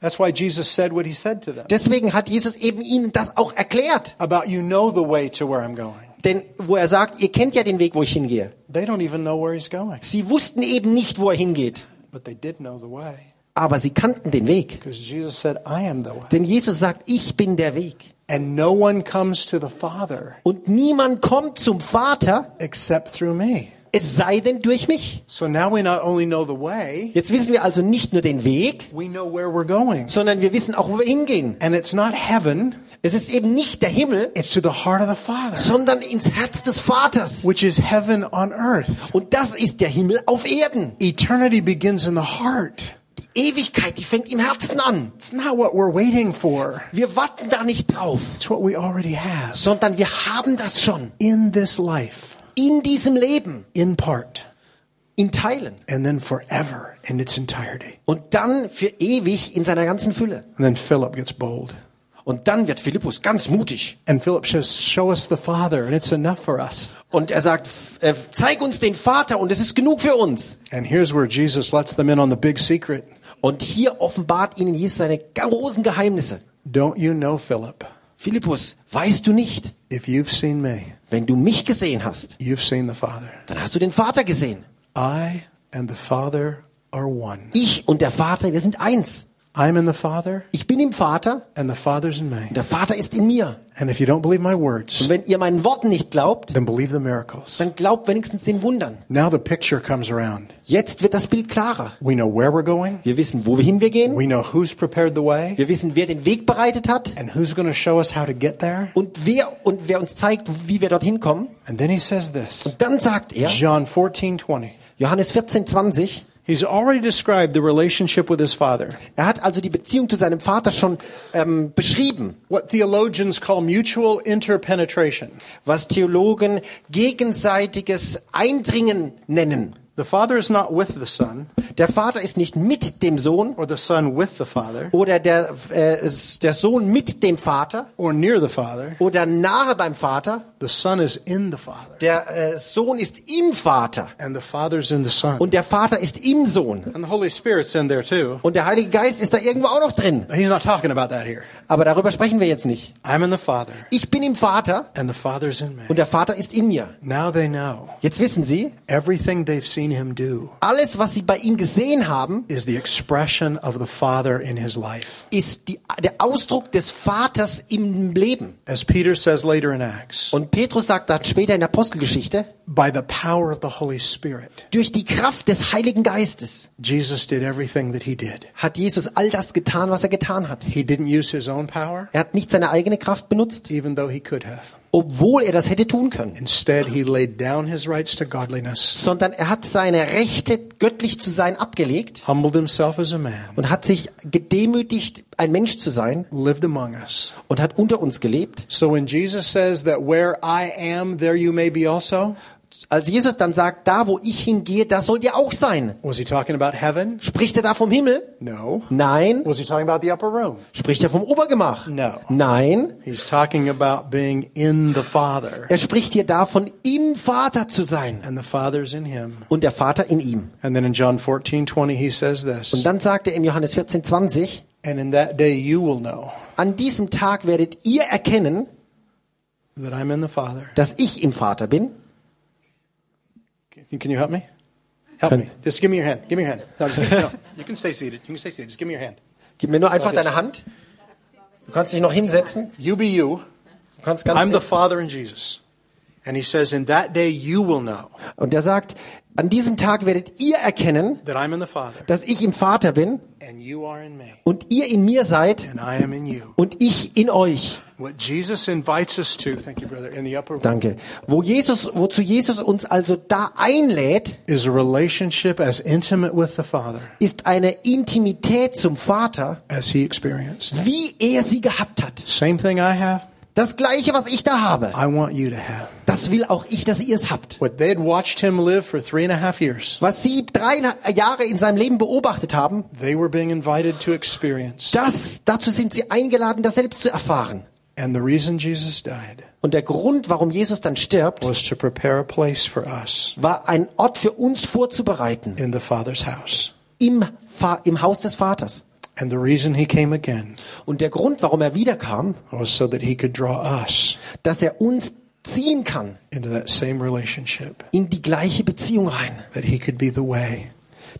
S1: That's why Jesus said what he said to them.
S2: deswegen hat Jesus eben ihnen das auch erklärt.
S1: About you know the way to where I'm going.
S2: Denn wo er sagt, ihr kennt ja den Weg, wo ich hingehe.
S1: They don't even know where he's going,
S2: Sie wussten eben nicht, wo er hingeht.
S1: but they did know the way
S2: Aber sie kannten den Weg.
S1: because Jesus said, I am the way.
S2: Denn Jesus sagt, ich bin der Weg.
S1: And no one comes to the Father
S2: Und niemand kommt zum Vater,
S1: except through me.
S2: es sei denn durch mich.
S1: So now we not only know the way,
S2: Jetzt wissen wir also nicht nur den Weg,
S1: we know where we're going.
S2: sondern wir wissen auch, wo wir hingehen.
S1: And it's not heaven,
S2: Es ist eben nicht der Himmel,
S1: it's to the heart of the Father,
S2: sondern ins Herz des Vaters.
S1: which is heaven on earth.
S2: Und das ist der Himmel auf Erden.
S1: Eternity begins in the heart.
S2: Die Ewigkeit, die fängt im Herzen an.
S1: It's not what we're waiting for.
S2: Wir warten da nicht drauf,
S1: It's what we already have
S2: sondern wir haben das schon
S1: in this life,
S2: in diesem Leben,
S1: in part,
S2: in Teilen
S1: and then forever in its entirety.
S2: und dann für ewig in seiner ganzen Fülle.
S1: And then Philip gets bold.
S2: Und dann wird Philippus ganz mutig
S1: And Philip says, Show us the Father, and it's enough for us.
S2: und er sagt, äh, zeig uns den Vater und es ist genug für uns.
S1: And here's where Jesus lets them in on the big secret.
S2: Und hier offenbart ihnen Jesus seine großen Geheimnisse.
S1: Don't you know, Philip,
S2: Philippus, weißt du nicht,
S1: if you've seen me,
S2: wenn du mich gesehen hast,
S1: you've seen the Father.
S2: dann hast du den Vater gesehen.
S1: I and the Father are one.
S2: Ich und der Vater, wir sind eins.
S1: I'm in the Father,
S2: Ich bin im Vater
S1: and the Father's in me.
S2: und der Vater ist in mir.
S1: And if you don't believe my
S2: Und
S1: words,
S2: wenn ihr meinen Worten nicht glaubt,
S1: then believe the miracles.
S2: dann glaubt wenigstens den Wundern.
S1: Now the picture comes around.
S2: Jetzt wird das Bild klarer.
S1: We know where we're going.
S2: Wir wissen, wohin wir gehen.
S1: We know who's prepared the way
S2: Wir wissen, wer den Weg bereitet hat
S1: and who's going to show us how to get there.
S2: und wer und wer uns zeigt, wie wir dorthin kommen.
S1: And then he says this
S2: Und dann sagt er,
S1: John 14 20.
S2: Johannes 14, 20,
S1: He's already described the relationship with his father,
S2: er hat also die Beziehung zu seinem Vater schon ähm, beschrieben,
S1: what theologians call mutual interpenetration.
S2: was Theologen gegenseitiges Eindringen nennen.
S1: The father is not with the son,
S2: Der Vater ist nicht mit dem Sohn
S1: or the son with the father,
S2: oder der, äh, der Sohn mit dem Vater
S1: or near the father.
S2: oder nahe beim Vater.
S1: The son is in the father,
S2: Der äh, Sohn ist im Vater
S1: and the father's in the son.
S2: und der Vater ist im Sohn.
S1: And the Holy Spirit's in there too.
S2: Und der Heilige Geist ist da irgendwo auch noch drin.
S1: He's not talking about that here.
S2: Aber darüber sprechen wir jetzt nicht.
S1: I'm in the father,
S2: Ich bin im Vater
S1: and the father's in me.
S2: und der Vater ist in mir.
S1: Now they know.
S2: Jetzt wissen Sie,
S1: Everything they've seen him do
S2: alles, was Sie bei ihm gesehen haben,
S1: is the expression of the Father in his life.
S2: ist die, der Ausdruck des Vaters im Leben.
S1: As Peter says later in Acts,
S2: Und Petrus sagt dann später in der Apostelgeschichte,
S1: by the power of the Holy Spirit,
S2: durch die Kraft des Heiligen Geistes
S1: Jesus did everything that he did.
S2: hat Jesus all das getan, was er getan hat.
S1: He didn't use his own power,
S2: Er hat nicht seine eigene Kraft benutzt,
S1: even though he could have.
S2: obwohl er das hätte tun können,
S1: Instead, he laid down his rights to godliness,
S2: sondern er hat seine Rechte, göttlich zu sein, abgelegt
S1: humbled himself as a man,
S2: und hat sich gedemütigt, ein Mensch zu sein
S1: lived among us.
S2: und hat unter uns gelebt.
S1: So when Jesus says that where I am, there you may be also,
S2: als Jesus dann sagt, da wo ich hingehe, da sollt ihr auch sein.
S1: Was he talking about heaven?
S2: Spricht er da vom Himmel?
S1: No.
S2: Nein.
S1: Was he talking about the upper room?
S2: Spricht er vom Obergemach?
S1: No.
S2: Nein.
S1: He's talking about being in the Father,
S2: Er spricht hier davon, im Vater zu sein
S1: and the Father's in him.
S2: und der Vater in ihm.
S1: And then in John 14, 20, he says this
S2: Und dann sagt er in Johannes 14, 20,
S1: And in that day you will know
S2: an diesem Tag werdet ihr erkennen,
S1: that I'm in the Father.
S2: dass ich im Vater bin.
S1: Can you help me? Help me. Just give me your hand. Give me your hand. No, just, no. You can stay seated. You can stay seated. Just give me your hand.
S2: Gib mir nur einfach
S1: Okay.
S2: deine Hand. Du kannst dich noch hinsetzen.
S1: You be you.
S2: Du kannst
S1: I'm the
S2: ganz
S1: Father in Jesus. And he says, In that day you will know
S2: und er sagt, an diesem Tag werdet ihr erkennen,
S1: that I'm in the Father,
S2: dass ich im Vater bin
S1: and you are in me,
S2: und ihr in mir seid
S1: and I am in you.
S2: und ich in euch.
S1: What Jesus invites us to, thank you, brother, in the upper room
S2: Danke. Wo Jesus, wozu Jesus uns also da einlädt,
S1: is a relationship as intimate with the Father
S2: ist eine Intimität zum Vater,
S1: as he experienced.
S2: wie er sie gehabt hat.
S1: Same thing I have,
S2: Das gleiche, was ich da habe,
S1: I want you to have.
S2: das will auch ich, dass ihr es habt.
S1: What they had watched him live for three and a half years,
S2: Was sie drei Jahre in seinem Leben beobachtet haben,
S1: they were being invited to experience.
S2: das, dazu sind sie eingeladen, das selbst zu erfahren.
S1: And the reason Jesus died
S2: Und der Grund, warum Jesus dann stirbt,
S1: was to prepare a place for us
S2: war ein Ort für uns vorzubereiten
S1: in the Father's house.
S2: im, Fa im Haus des Vaters.
S1: And the reason he came again
S2: Und der Grund, warum er wiederkam,
S1: was so that he could draw us
S2: dass er uns ziehen kann
S1: into that same relationship,
S2: in die gleiche Beziehung rein,
S1: that he could be the way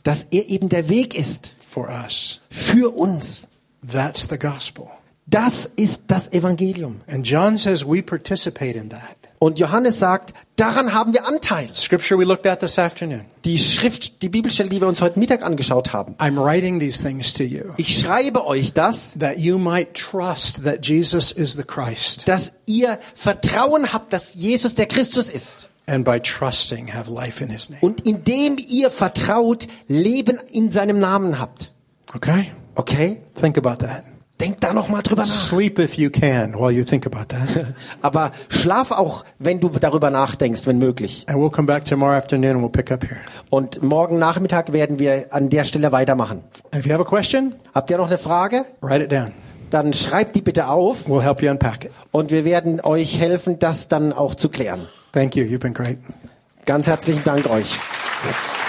S2: dass er eben der Weg ist
S1: for us.
S2: für uns.
S1: That's the gospel.
S2: Das ist das Evangelium.
S1: And John says we participate in that.
S2: Und Johannes sagt, daran haben wir Anteil.
S1: Scripture we looked at this afternoon.
S2: Die Schrift, die Bibelstelle, die wir uns heute Mittag angeschaut haben.
S1: I'm writing these things to you
S2: Ich schreibe euch das,
S1: that you might trust that Jesus is the Christ
S2: dass ihr Vertrauen habt, dass Jesus der Christus ist.
S1: and by trusting have life in his name.
S2: Und indem ihr vertraut, Leben in seinem Namen habt.
S1: Okay?
S2: Okay?
S1: Think about that.
S2: Denkt da nochmal drüber nach.
S1: Sleep if you can while you think about that.
S2: Aber schlaf auch, wenn du darüber nachdenkst, wenn möglich.
S1: and we'll come back tomorrow afternoon and we'll pick up here.
S2: Und morgen Nachmittag werden wir an der Stelle weitermachen.
S1: And if you have a question,
S2: Habt ihr noch eine Frage?
S1: write it down.
S2: Dann schreibt die bitte auf
S1: We'll help you unpack it.
S2: und wir werden euch helfen, das dann auch zu klären.
S1: Thank you. You've been great.
S2: Ganz herzlichen Dank euch.
S1: Yep.